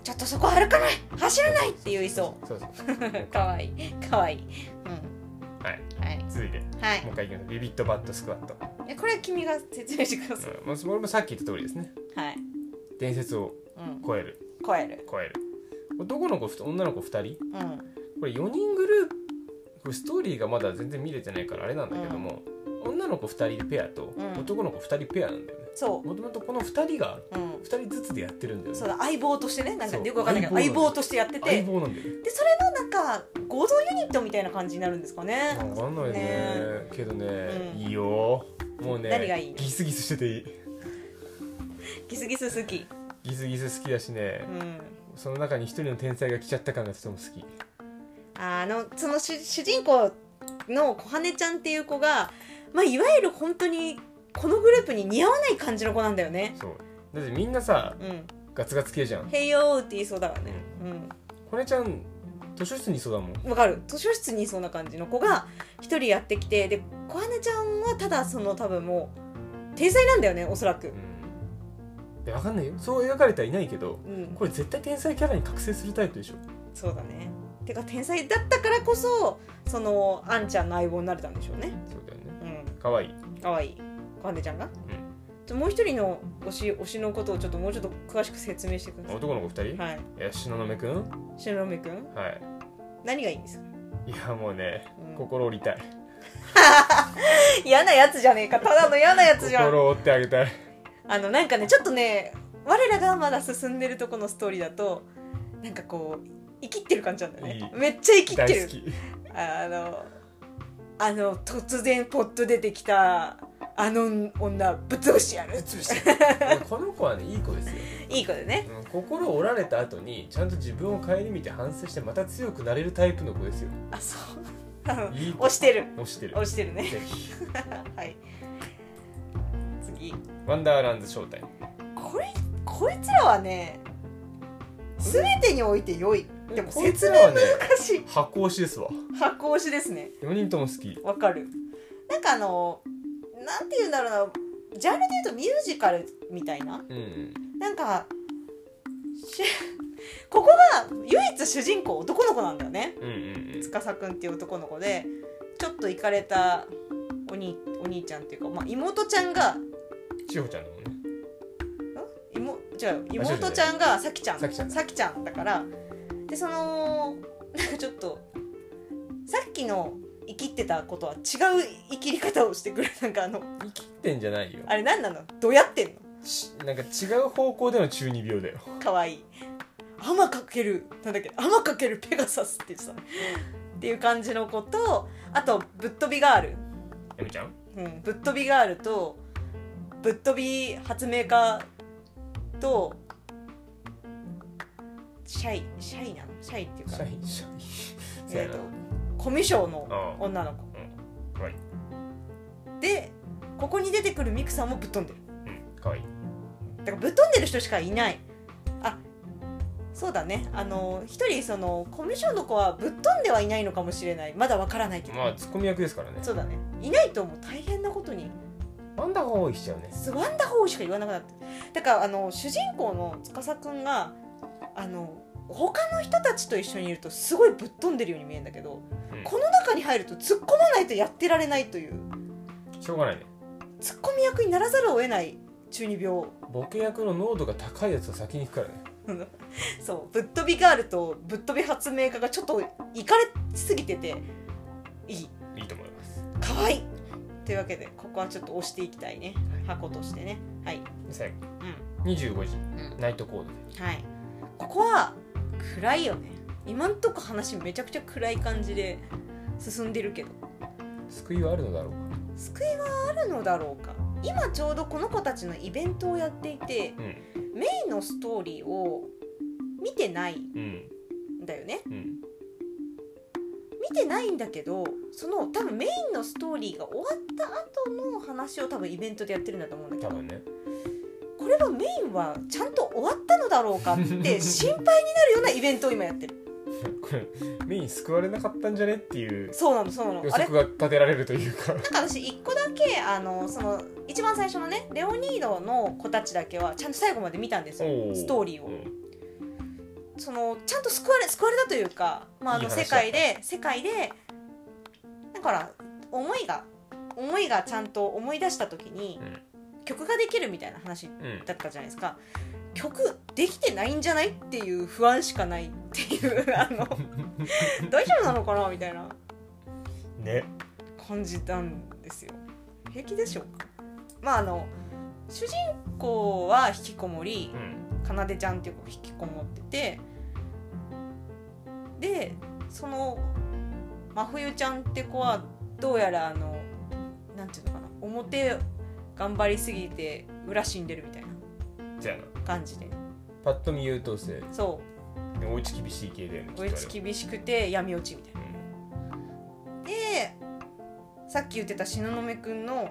[SPEAKER 1] ちょっとそこ歩かない走らないって言いそ
[SPEAKER 2] そうそう
[SPEAKER 1] う かわいいかわいい
[SPEAKER 2] はい
[SPEAKER 1] うんはい
[SPEAKER 2] 続いて
[SPEAKER 1] は
[SPEAKER 2] も
[SPEAKER 1] い
[SPEAKER 2] う一回いきますビビットバットスクワット、
[SPEAKER 1] えこれ君が説明してください
[SPEAKER 2] うん、もうそれもさっき言った通りですね
[SPEAKER 1] はい、
[SPEAKER 2] 伝説を
[SPEAKER 1] うん、
[SPEAKER 2] 超える
[SPEAKER 1] 超える
[SPEAKER 2] 超える男の子ふた女の子2人
[SPEAKER 1] うん
[SPEAKER 2] これ4人グループこれストーリーがまだ全然見れてないからあれなんだけども、女の子2人ペアと
[SPEAKER 1] うん
[SPEAKER 2] 男の子2人ペアなんだよね
[SPEAKER 1] そ
[SPEAKER 2] もともとこの2人が
[SPEAKER 1] ううん
[SPEAKER 2] 2人ずつでやってるんだよ
[SPEAKER 1] そう
[SPEAKER 2] ね
[SPEAKER 1] だ相棒としてねなんか
[SPEAKER 2] そう
[SPEAKER 1] よくわかんないけど
[SPEAKER 2] 相
[SPEAKER 1] 相
[SPEAKER 2] 棒
[SPEAKER 1] 棒としてやってて
[SPEAKER 2] 相棒なんだよね
[SPEAKER 1] でそれのなんか合同ユニットみたいな感じになるんですかね
[SPEAKER 2] 分かんないね
[SPEAKER 1] ね
[SPEAKER 2] けどね、
[SPEAKER 1] うん
[SPEAKER 2] いいよもうね
[SPEAKER 1] 何がいいの
[SPEAKER 2] ギスギスしてていい
[SPEAKER 1] ギスギス好き
[SPEAKER 2] ギスギス好きだしね
[SPEAKER 1] う、ん
[SPEAKER 2] その中に一人の天才が来ちゃった感がとても好き
[SPEAKER 1] あのその主主人公の小羽ちゃんっていう子がまあいわゆる本当にこのグループに似合わない感じの子なんだよね
[SPEAKER 2] そうだってみんなさ
[SPEAKER 1] うん
[SPEAKER 2] ガツガツ系じ
[SPEAKER 1] 「
[SPEAKER 2] ゃん
[SPEAKER 1] へいよー」って言いそうだからね
[SPEAKER 2] これちゃん図書室にいそうだもん
[SPEAKER 1] うんわかる図書室にいそうな感じの子が一人やってきてで小羽ちゃんはただその多分もう天才なんだよねおそらく
[SPEAKER 2] うん、いやわかんないよそう描かれてはいないけど
[SPEAKER 1] うん
[SPEAKER 2] これ絶対天才キャラに覚醒するタイプでしょ
[SPEAKER 1] そうだねてか天才だったからこそそのあんちゃんの相棒になれたんでしょうね
[SPEAKER 2] そうだよね
[SPEAKER 1] う
[SPEAKER 2] 可愛い
[SPEAKER 1] んかわいいかんでちゃんが、ちょもう一人の推し推しのことをちょっともうちょっと詳しく説明してください
[SPEAKER 2] 男の子二人、
[SPEAKER 1] はい
[SPEAKER 2] い、や東雲くんは
[SPEAKER 1] 白浪くん何がいいんですか、
[SPEAKER 2] いいやもうね
[SPEAKER 1] うん
[SPEAKER 2] 心折りたい
[SPEAKER 1] 嫌なやつじゃねえかただの嫌なやつじゃん
[SPEAKER 2] 心折ってあげたい
[SPEAKER 1] あのなんかねちょっとね我らがまだ進んでるとこのストーリーだとなんかこう生きってる感じなんだよね
[SPEAKER 2] いい
[SPEAKER 1] めっちゃ生きっ
[SPEAKER 2] 大
[SPEAKER 1] て
[SPEAKER 2] 好
[SPEAKER 1] る
[SPEAKER 2] き
[SPEAKER 1] あのあの突然ポッと出てきたあの女ぶっ潰してやる
[SPEAKER 2] 潰してこの子はねいい子ですよ、
[SPEAKER 1] いい子でね
[SPEAKER 2] うん、心折られた後にちゃんと自分を顧みて反省してまた強くなれるタイプの子ですよ
[SPEAKER 1] あそううん
[SPEAKER 2] いい子
[SPEAKER 1] 押してる
[SPEAKER 2] 押してる
[SPEAKER 1] 押してるね
[SPEAKER 2] ぜひ
[SPEAKER 1] はい次
[SPEAKER 2] ワンダーランズ招待
[SPEAKER 1] これこいつらはね全てにおいて良いでも
[SPEAKER 2] こいつ
[SPEAKER 1] 説
[SPEAKER 2] ら
[SPEAKER 1] 明
[SPEAKER 2] はね
[SPEAKER 1] 難しい
[SPEAKER 2] 箱推しですわ
[SPEAKER 1] 箱押しですね
[SPEAKER 2] 4人とも好き
[SPEAKER 1] わかるなんかあのなんて言うんだろうなジャンルで言うとミュージカルみたいな
[SPEAKER 2] うんうん
[SPEAKER 1] なんかし ここが唯一主人公男の子なんだよね
[SPEAKER 2] うんうんうん
[SPEAKER 1] 司くんっていう男の子でちょっといかれたおにお兄ちゃんっていうか、まあ、妹ちゃんが
[SPEAKER 2] 千穂ちゃんだもんね
[SPEAKER 1] 妹じゃ妹ちゃんがさきちゃん
[SPEAKER 2] さきちゃん
[SPEAKER 1] さきちゃんだからでその なんかちょっとさっきの生きってたことは違う生きり方をしてくるなんかあの
[SPEAKER 2] 生きてんじゃないよ
[SPEAKER 1] あれ何なのどうやってんの
[SPEAKER 2] ちなんか違う方向での中二病だよ
[SPEAKER 1] かわいい「天かけるなんだっけ天かけるペガサス」ってさっていう感じの子とあとぶっ飛びガール、
[SPEAKER 2] エミちゃん
[SPEAKER 1] うん、ぶっ飛びガールとぶっ飛び発明家とシャイシャイなのシャイっていうか
[SPEAKER 2] シャイシャ イ
[SPEAKER 1] えーとコミュ障の
[SPEAKER 2] う
[SPEAKER 1] 女の子、
[SPEAKER 2] かわいい
[SPEAKER 1] でここに出てくるミクさんもぶっ飛んでる
[SPEAKER 2] うんかわいい
[SPEAKER 1] だからぶっ飛んでる人しかいないあそうだねあの一人そのコミュ障の子はぶっ飛んではいないのかもしれないまだわからないけど、
[SPEAKER 2] まあツッコミ役ですからね
[SPEAKER 1] そうだねいないともう大変なことに
[SPEAKER 2] ワンダホーイしちゃうね
[SPEAKER 1] すワンダホーしか言わなくなってだからあの主人公の司くんがあの他の人たちと一緒にいるとすごいぶっ飛んでるように見えるんだけど、
[SPEAKER 2] うん
[SPEAKER 1] この中に入ると突っ込まないとやってられないという
[SPEAKER 2] しょうがないね
[SPEAKER 1] 突っ込み役にならざるを得ない中二病
[SPEAKER 2] ボケ役の濃度が高いやつは先に行くからね
[SPEAKER 1] そうぶっ飛びガールとぶっ飛び発明家がちょっといかれすぎてていい
[SPEAKER 2] いいと思います
[SPEAKER 1] 可愛いというわけでここはちょっと押していきたいね箱としてねはい
[SPEAKER 2] 最後
[SPEAKER 1] う
[SPEAKER 2] 25時
[SPEAKER 1] んうん
[SPEAKER 2] ナイトコードで
[SPEAKER 1] はいここは暗いよね今んとこ話めちゃくちゃ暗い感じで進んでるけど
[SPEAKER 2] 救いはあるのだろうか
[SPEAKER 1] 救いはあるのだろうか今ちょうどこの子たちのイベントをやっていて
[SPEAKER 2] うん
[SPEAKER 1] メインのストーリーを見てないん
[SPEAKER 2] うん
[SPEAKER 1] だよね
[SPEAKER 2] うん
[SPEAKER 1] 見てないんだけどその多分メインのストーリーが終わった後の話を多分イベントでやってるんだと思うんだ
[SPEAKER 2] 多
[SPEAKER 1] けど
[SPEAKER 2] 分ね
[SPEAKER 1] これはメインはちゃんと終わったのだろうかって心配になるようなイベントを今やってる
[SPEAKER 2] これメイン救われなかったんじゃねっていう
[SPEAKER 1] そうなのそうなの
[SPEAKER 2] 予
[SPEAKER 1] あれ
[SPEAKER 2] 測が立てられるというか
[SPEAKER 1] なんか私一個だけあのその一番最初のねレオニードの子たちだけはちゃんと最後まで見たんですよ
[SPEAKER 2] お
[SPEAKER 1] ストーリーを、
[SPEAKER 2] うん
[SPEAKER 1] そのちゃんと救われ救われたというか、まあ、あ
[SPEAKER 2] いい
[SPEAKER 1] の
[SPEAKER 2] 話だ
[SPEAKER 1] 世界で世界でだから思いが思いがちゃんと思い出した時に、曲ができるみたいな話
[SPEAKER 2] うん
[SPEAKER 1] だったじゃないですか曲できてないんじゃないっていう不安しかないっていう あの大丈夫なのかなみたいな
[SPEAKER 2] ね
[SPEAKER 1] 感じなんですよ平気でしょうかまああの主人公は引きこもり
[SPEAKER 2] うん
[SPEAKER 1] かなでちゃんっていう子が引きこもっててでその真冬ちゃんって子はどうやらあのなんていうのかな表頑張りすぎて裏死んでるみたいな
[SPEAKER 2] じゃあな
[SPEAKER 1] 感じで
[SPEAKER 2] パッと見優等生
[SPEAKER 1] そう
[SPEAKER 2] おうち厳しい系だよね
[SPEAKER 1] 追いつ厳しくて闇落ちみたいなでさっき言ってた東雲くんの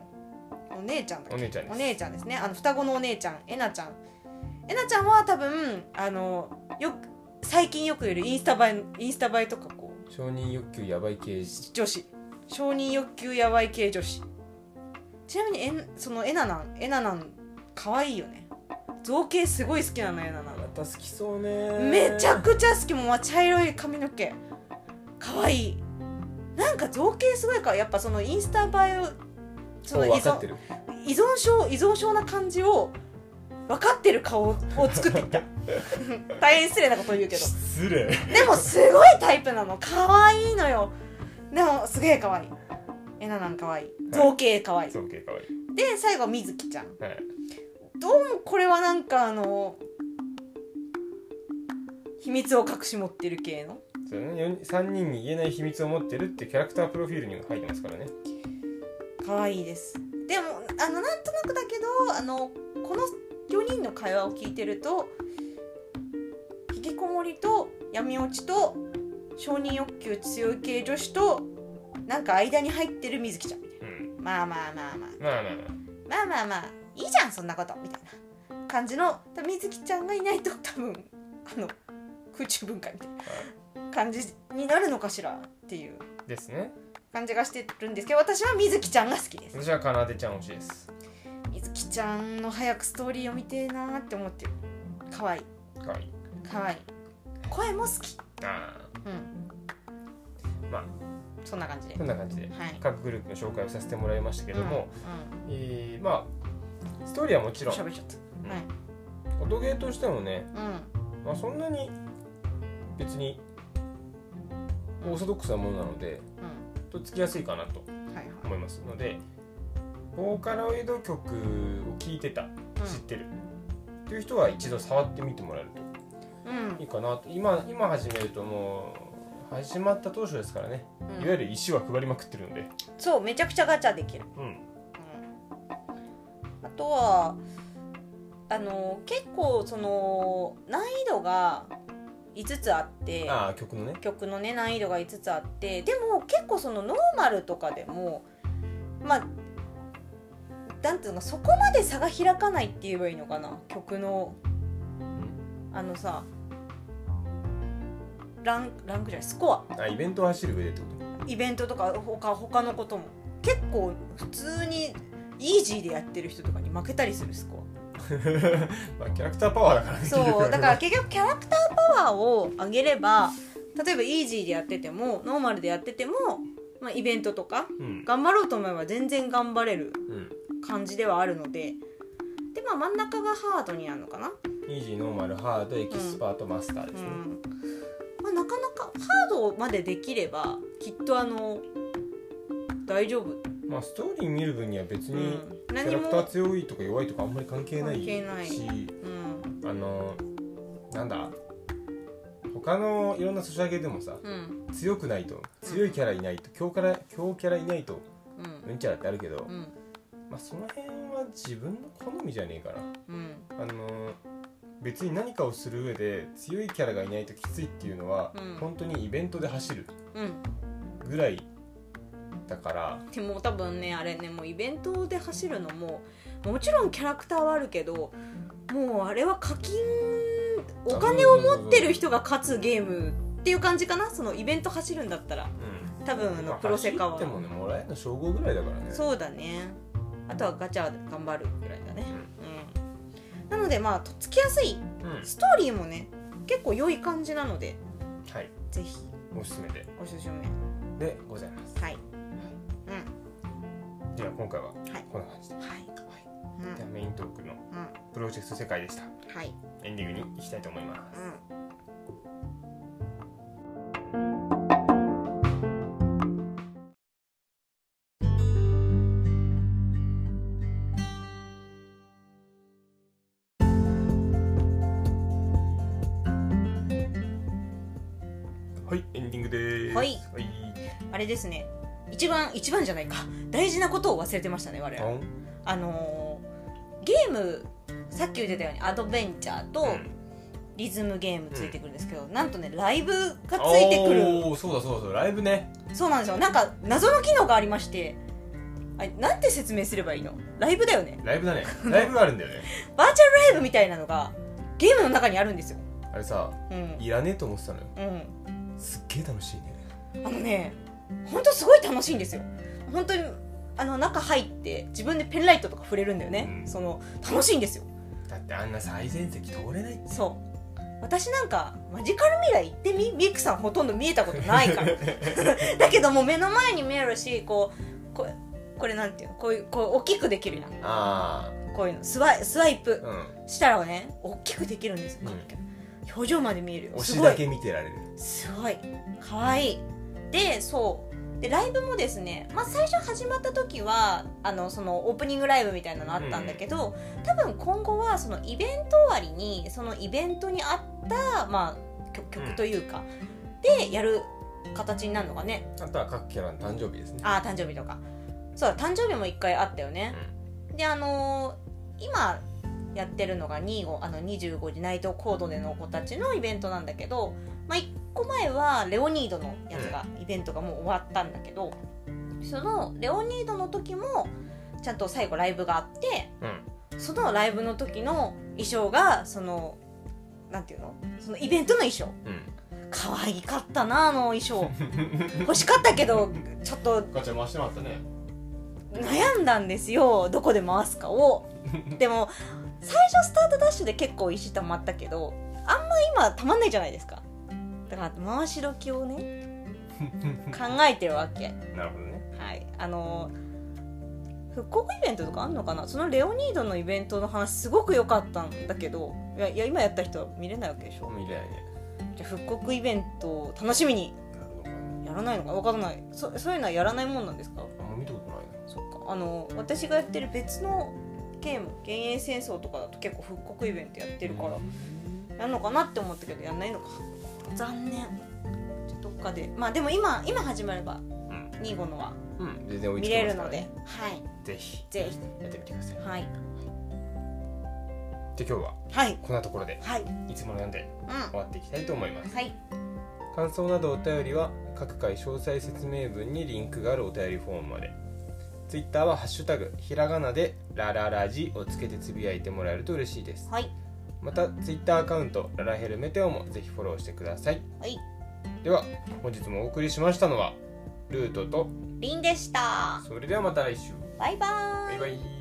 [SPEAKER 1] お姉ちゃんだっけ
[SPEAKER 2] お姉ちゃんで
[SPEAKER 1] で
[SPEAKER 2] す
[SPEAKER 1] すねあの双子のお姉ちゃんえなちゃんえなちゃんは多分あのよく最近よくいるインスタ映えインスタ映えとかこう
[SPEAKER 2] 承認欲求やばい系
[SPEAKER 1] 女子承認欲求やばい系女子ちなみにえんそのえななんえななん可愛いよね造形すごい好きなのえなな
[SPEAKER 2] あ
[SPEAKER 1] ん
[SPEAKER 2] なた好きそうね
[SPEAKER 1] めちゃくちゃ好きもう茶色い髪の毛可愛いなんか造形すごいからやっぱそのインスタ映えをその依
[SPEAKER 2] 分かって
[SPEAKER 1] 存
[SPEAKER 2] る
[SPEAKER 1] 依存症依存症な感じを分かってる顔を作っていった 大変失礼なこと言うけど
[SPEAKER 2] 失礼
[SPEAKER 1] でもすごいタイプなの可愛いのよでもすげえ可愛いえななん可愛い造形可愛い
[SPEAKER 2] 尊敬かわいい
[SPEAKER 1] で最後みずきちゃん
[SPEAKER 2] はい
[SPEAKER 1] どうもこれはなんかあの秘密を隠し持ってる系の
[SPEAKER 2] その3人に言えない秘密を持ってるってキャラクタープロフィールにも書いてますからね
[SPEAKER 1] 可愛いですでもあのなんとなくだけどあのこの4人の会話を聞いてると引きこもりと闇落ちと承認欲求強い系女子となんか間に入ってるみずきちゃんみたい
[SPEAKER 2] うん
[SPEAKER 1] なまあまあまあまあ
[SPEAKER 2] まあまあ
[SPEAKER 1] ま
[SPEAKER 2] ま
[SPEAKER 1] あまあまあいいじゃんそんなことみたいな感じの多分みずきちゃんがいないと多分あの空中分解みたいな感じになるのかしらっていう
[SPEAKER 2] あですね
[SPEAKER 1] 感じがしてるんですけど私はみずきちゃんが好きです
[SPEAKER 2] 私はかなでちゃん推しです
[SPEAKER 1] みずきちゃんの早くストーリーを見てえなーって思ってるかわいい
[SPEAKER 2] かわいい
[SPEAKER 1] かわいい声も好き
[SPEAKER 2] あ
[SPEAKER 1] うん
[SPEAKER 2] あまあ
[SPEAKER 1] そんな感じで
[SPEAKER 2] こんな感じで
[SPEAKER 1] はい
[SPEAKER 2] 各グループの紹介をさせてもらいましたけども、
[SPEAKER 1] うん
[SPEAKER 2] えーまあストーリーはもち
[SPEAKER 1] うん
[SPEAKER 2] ろん
[SPEAKER 1] 喋っちゃった
[SPEAKER 2] うん
[SPEAKER 1] はい
[SPEAKER 2] 音ゲーとしてもね、
[SPEAKER 1] う
[SPEAKER 2] まあ、そんなに別にオーソドックスなものなので
[SPEAKER 1] んうん
[SPEAKER 2] とっつきやすいかなと
[SPEAKER 1] はいはい
[SPEAKER 2] 思いますのでボーカロイド曲を聴いてた知ってる、という人は一度触ってみてもらえる
[SPEAKER 1] うんうん
[SPEAKER 2] といいかなと今今始めるともう始まった当初ですからね、いわゆる石は配りまくってるので
[SPEAKER 1] そうめちゃくちゃガチャできる、
[SPEAKER 2] うん
[SPEAKER 1] うん、あとはあの結構その難易度が5つあって
[SPEAKER 2] ああ曲のね
[SPEAKER 1] 曲のね難易度が5つあってでも結構そのノーマルとかでもまあなんていうのかそこまで差が開かないって言えばいいのかな曲のあのさランランクじゃないスコア
[SPEAKER 2] あイベントを走る上でってこと
[SPEAKER 1] イベントとか他他のことも結構普通にイージーでやってる人とかに負けたりするスコア
[SPEAKER 2] まあキャラクターパワーだからね
[SPEAKER 1] そうだか
[SPEAKER 2] 結
[SPEAKER 1] ら結局キャラクターパワーを上げれば例えばイージーでやっててもノーマルでやってても、まあ、イベントとか
[SPEAKER 2] 局うん、
[SPEAKER 1] 頑張ろうと思えば全然頑張れる
[SPEAKER 2] う
[SPEAKER 1] 感じではあるのででまあ真ん中がハードになるのかな、
[SPEAKER 2] ん、イージーノーマルハードエキスパートマスターで
[SPEAKER 1] う
[SPEAKER 2] すね、
[SPEAKER 1] んまあ、なかなかハードまでできればきっとあの大丈夫、
[SPEAKER 2] まあストーリー見る分には別
[SPEAKER 1] う
[SPEAKER 2] に、
[SPEAKER 1] ん、
[SPEAKER 2] キャ
[SPEAKER 1] 何
[SPEAKER 2] ラ
[SPEAKER 1] も
[SPEAKER 2] クター強いとか弱いとかあんまり関係ない
[SPEAKER 1] 関係ない
[SPEAKER 2] し
[SPEAKER 1] うん
[SPEAKER 2] あのなんだ他のいろんなソシャゲでもさ
[SPEAKER 1] うん
[SPEAKER 2] 強くないと強いキャラいないと強キャラ強キャラいないと
[SPEAKER 1] うん
[SPEAKER 2] うんちゃらってあるけど
[SPEAKER 1] う、ん
[SPEAKER 2] まあ、その辺は自分の好みじゃねえか
[SPEAKER 1] うん
[SPEAKER 2] なあの別に何かをする上で強いキャラがいないときついっていうのは、
[SPEAKER 1] うん
[SPEAKER 2] 本当にイベントで走る
[SPEAKER 1] うん
[SPEAKER 2] ぐらいだから
[SPEAKER 1] でも多分ねあれねもうイベントで走るのももちろんキャラクターはあるけどもうあれは課金お金を持ってる人が勝つゲームっていう感じかなそのイベント走るんだったら
[SPEAKER 2] うん
[SPEAKER 1] 多分あのプロセカは
[SPEAKER 2] 走ってもねもらえるの称号ぐらいだからね
[SPEAKER 1] そうだねあとはガチャで頑張るぐらいだねうんなのでまあとっつきやすい
[SPEAKER 2] うん、
[SPEAKER 1] ストーリーもね結構良い感じなので
[SPEAKER 2] はい
[SPEAKER 1] ぜひ
[SPEAKER 2] おすすめで
[SPEAKER 1] おすすめ
[SPEAKER 2] でございます
[SPEAKER 1] はいうん
[SPEAKER 2] では今回は
[SPEAKER 1] はい
[SPEAKER 2] こんな感じで、
[SPEAKER 1] はい
[SPEAKER 2] は
[SPEAKER 1] うん
[SPEAKER 2] い、ではメイントークの
[SPEAKER 1] うん
[SPEAKER 2] プロジェクト世界でした
[SPEAKER 1] はい
[SPEAKER 2] エンディングに行きたいと思います
[SPEAKER 1] うん
[SPEAKER 2] はいエンディングです
[SPEAKER 1] はい
[SPEAKER 2] はい
[SPEAKER 1] あれですね一番一番じゃないか大事なことを忘れてましたね我
[SPEAKER 2] あ
[SPEAKER 1] 々
[SPEAKER 2] ん
[SPEAKER 1] あのーゲームさっき言ってたようにアドベンチャーと
[SPEAKER 2] うん
[SPEAKER 1] リズムゲームついてくるんですけど、なんとねライブがついてくる
[SPEAKER 2] おーそうだそうだそうだライブね
[SPEAKER 1] そうなんですよなんか謎の機能がありましてあれなんて説明すればいいのライブだよね
[SPEAKER 2] ライブ だねライブがあるんだよね
[SPEAKER 1] バーチャルライブみたいなのがゲームの中にあるんですよ
[SPEAKER 2] あれさ
[SPEAKER 1] うん
[SPEAKER 2] いらねえと思ってたのよ
[SPEAKER 1] うん
[SPEAKER 2] すっげえ楽しいね
[SPEAKER 1] あのね本当すごい楽しいんですよ本当にあの中入って自分でペンライトとか触れるんだよね、
[SPEAKER 2] うん
[SPEAKER 1] その楽しいんですよ
[SPEAKER 2] だってあんな最前席通れないって
[SPEAKER 1] そう私なんかマジカル未来行ってみミックさんほとんど見えたことないから だけどもう目の前に見えるしこうここれなんていうのこういうこう大きくできるやん
[SPEAKER 2] あ
[SPEAKER 1] こういうのスワイスワイ
[SPEAKER 2] あ
[SPEAKER 1] プ
[SPEAKER 2] う
[SPEAKER 1] したらね大きくできるんですよ、
[SPEAKER 2] うん
[SPEAKER 1] 表情まで見える
[SPEAKER 2] ん
[SPEAKER 1] よ
[SPEAKER 2] 推
[SPEAKER 1] す
[SPEAKER 2] し
[SPEAKER 1] ご
[SPEAKER 2] だ
[SPEAKER 1] い
[SPEAKER 2] け見てられる
[SPEAKER 1] すごい可愛いでそうでライブもですね、まあ、最初始まった時はあのそのオープニングライブみたいなのあったんだけど、多分今後はそのイベント終わりにそのイベントに合った、まあ、曲曲というか、でやる形になるのかね
[SPEAKER 2] あとは各キャラの誕生日ですね
[SPEAKER 1] ああ誕生日とかそうだ誕生日も1回あったよね、であのー今やってるのが25あの25時ナイトコードでの子たちのイベントなんだけど、まあ、1個前はレオニードのやつが、イベントがもう終わったんだけどそのレオニードの時もちゃんと最後ライブがあって
[SPEAKER 2] うん
[SPEAKER 1] そのライブの時の衣装がそのなんていうのそのイベントの衣装
[SPEAKER 2] うん
[SPEAKER 1] 可愛かったなあの衣装欲しかったけどちょっと
[SPEAKER 2] ガチャ回してもらったね
[SPEAKER 1] 悩んだんですよどこで回すかをでも最初スタートダッシュで結構石溜まったけどあんま今溜まんないじゃないですかだから回し時をね考えてるわけ
[SPEAKER 2] なるほどね
[SPEAKER 1] はいあの復刻イベントとかあんのかなそのレオニードのイベントの話すごく良かったんだけどいやいや今やった人は見れないわけでしょ
[SPEAKER 2] 見れないね
[SPEAKER 1] じゃあ復刻イベントを楽しみに
[SPEAKER 2] なるほどかな
[SPEAKER 1] やらないのか分からないそそういうのはやらないもんなんですか
[SPEAKER 2] あんま見たことないな
[SPEAKER 1] そっかあの私がやってる別のゲーム「幻影戦争」とかだと結構復刻イベントやってるから、やんのかなって思ったけどやんないのか残念ちょっとかでまあでも今今始まれば
[SPEAKER 2] うん
[SPEAKER 1] ニーゴのは
[SPEAKER 2] うん全然追いつ
[SPEAKER 1] 見
[SPEAKER 2] け
[SPEAKER 1] れ
[SPEAKER 2] ま
[SPEAKER 1] る
[SPEAKER 2] すか
[SPEAKER 1] の
[SPEAKER 2] ら
[SPEAKER 1] で
[SPEAKER 2] ね、
[SPEAKER 1] はい
[SPEAKER 2] ぜひ
[SPEAKER 1] ぜひ
[SPEAKER 2] やってみてください
[SPEAKER 1] はい
[SPEAKER 2] で今日は
[SPEAKER 1] はい
[SPEAKER 2] こんなところで
[SPEAKER 1] はい
[SPEAKER 2] いつもなんで
[SPEAKER 1] うん
[SPEAKER 2] 終わっていきたいと思います
[SPEAKER 1] はい
[SPEAKER 2] 感想などお便りは各回詳細説明文にリンクがあるお便りフォームまで Twitter は「ハッシュタグひらがな」で「ラララジ」をつけてつぶやいてもらえると嬉しいです
[SPEAKER 1] はい
[SPEAKER 2] また Twitter アカウント「ララヘルメテオ」もぜひフォローしてください
[SPEAKER 1] はい
[SPEAKER 2] では本日もお送りしましたのはルートと
[SPEAKER 1] りんでした
[SPEAKER 2] それではまた来週
[SPEAKER 1] バイバー
[SPEAKER 2] バイバイ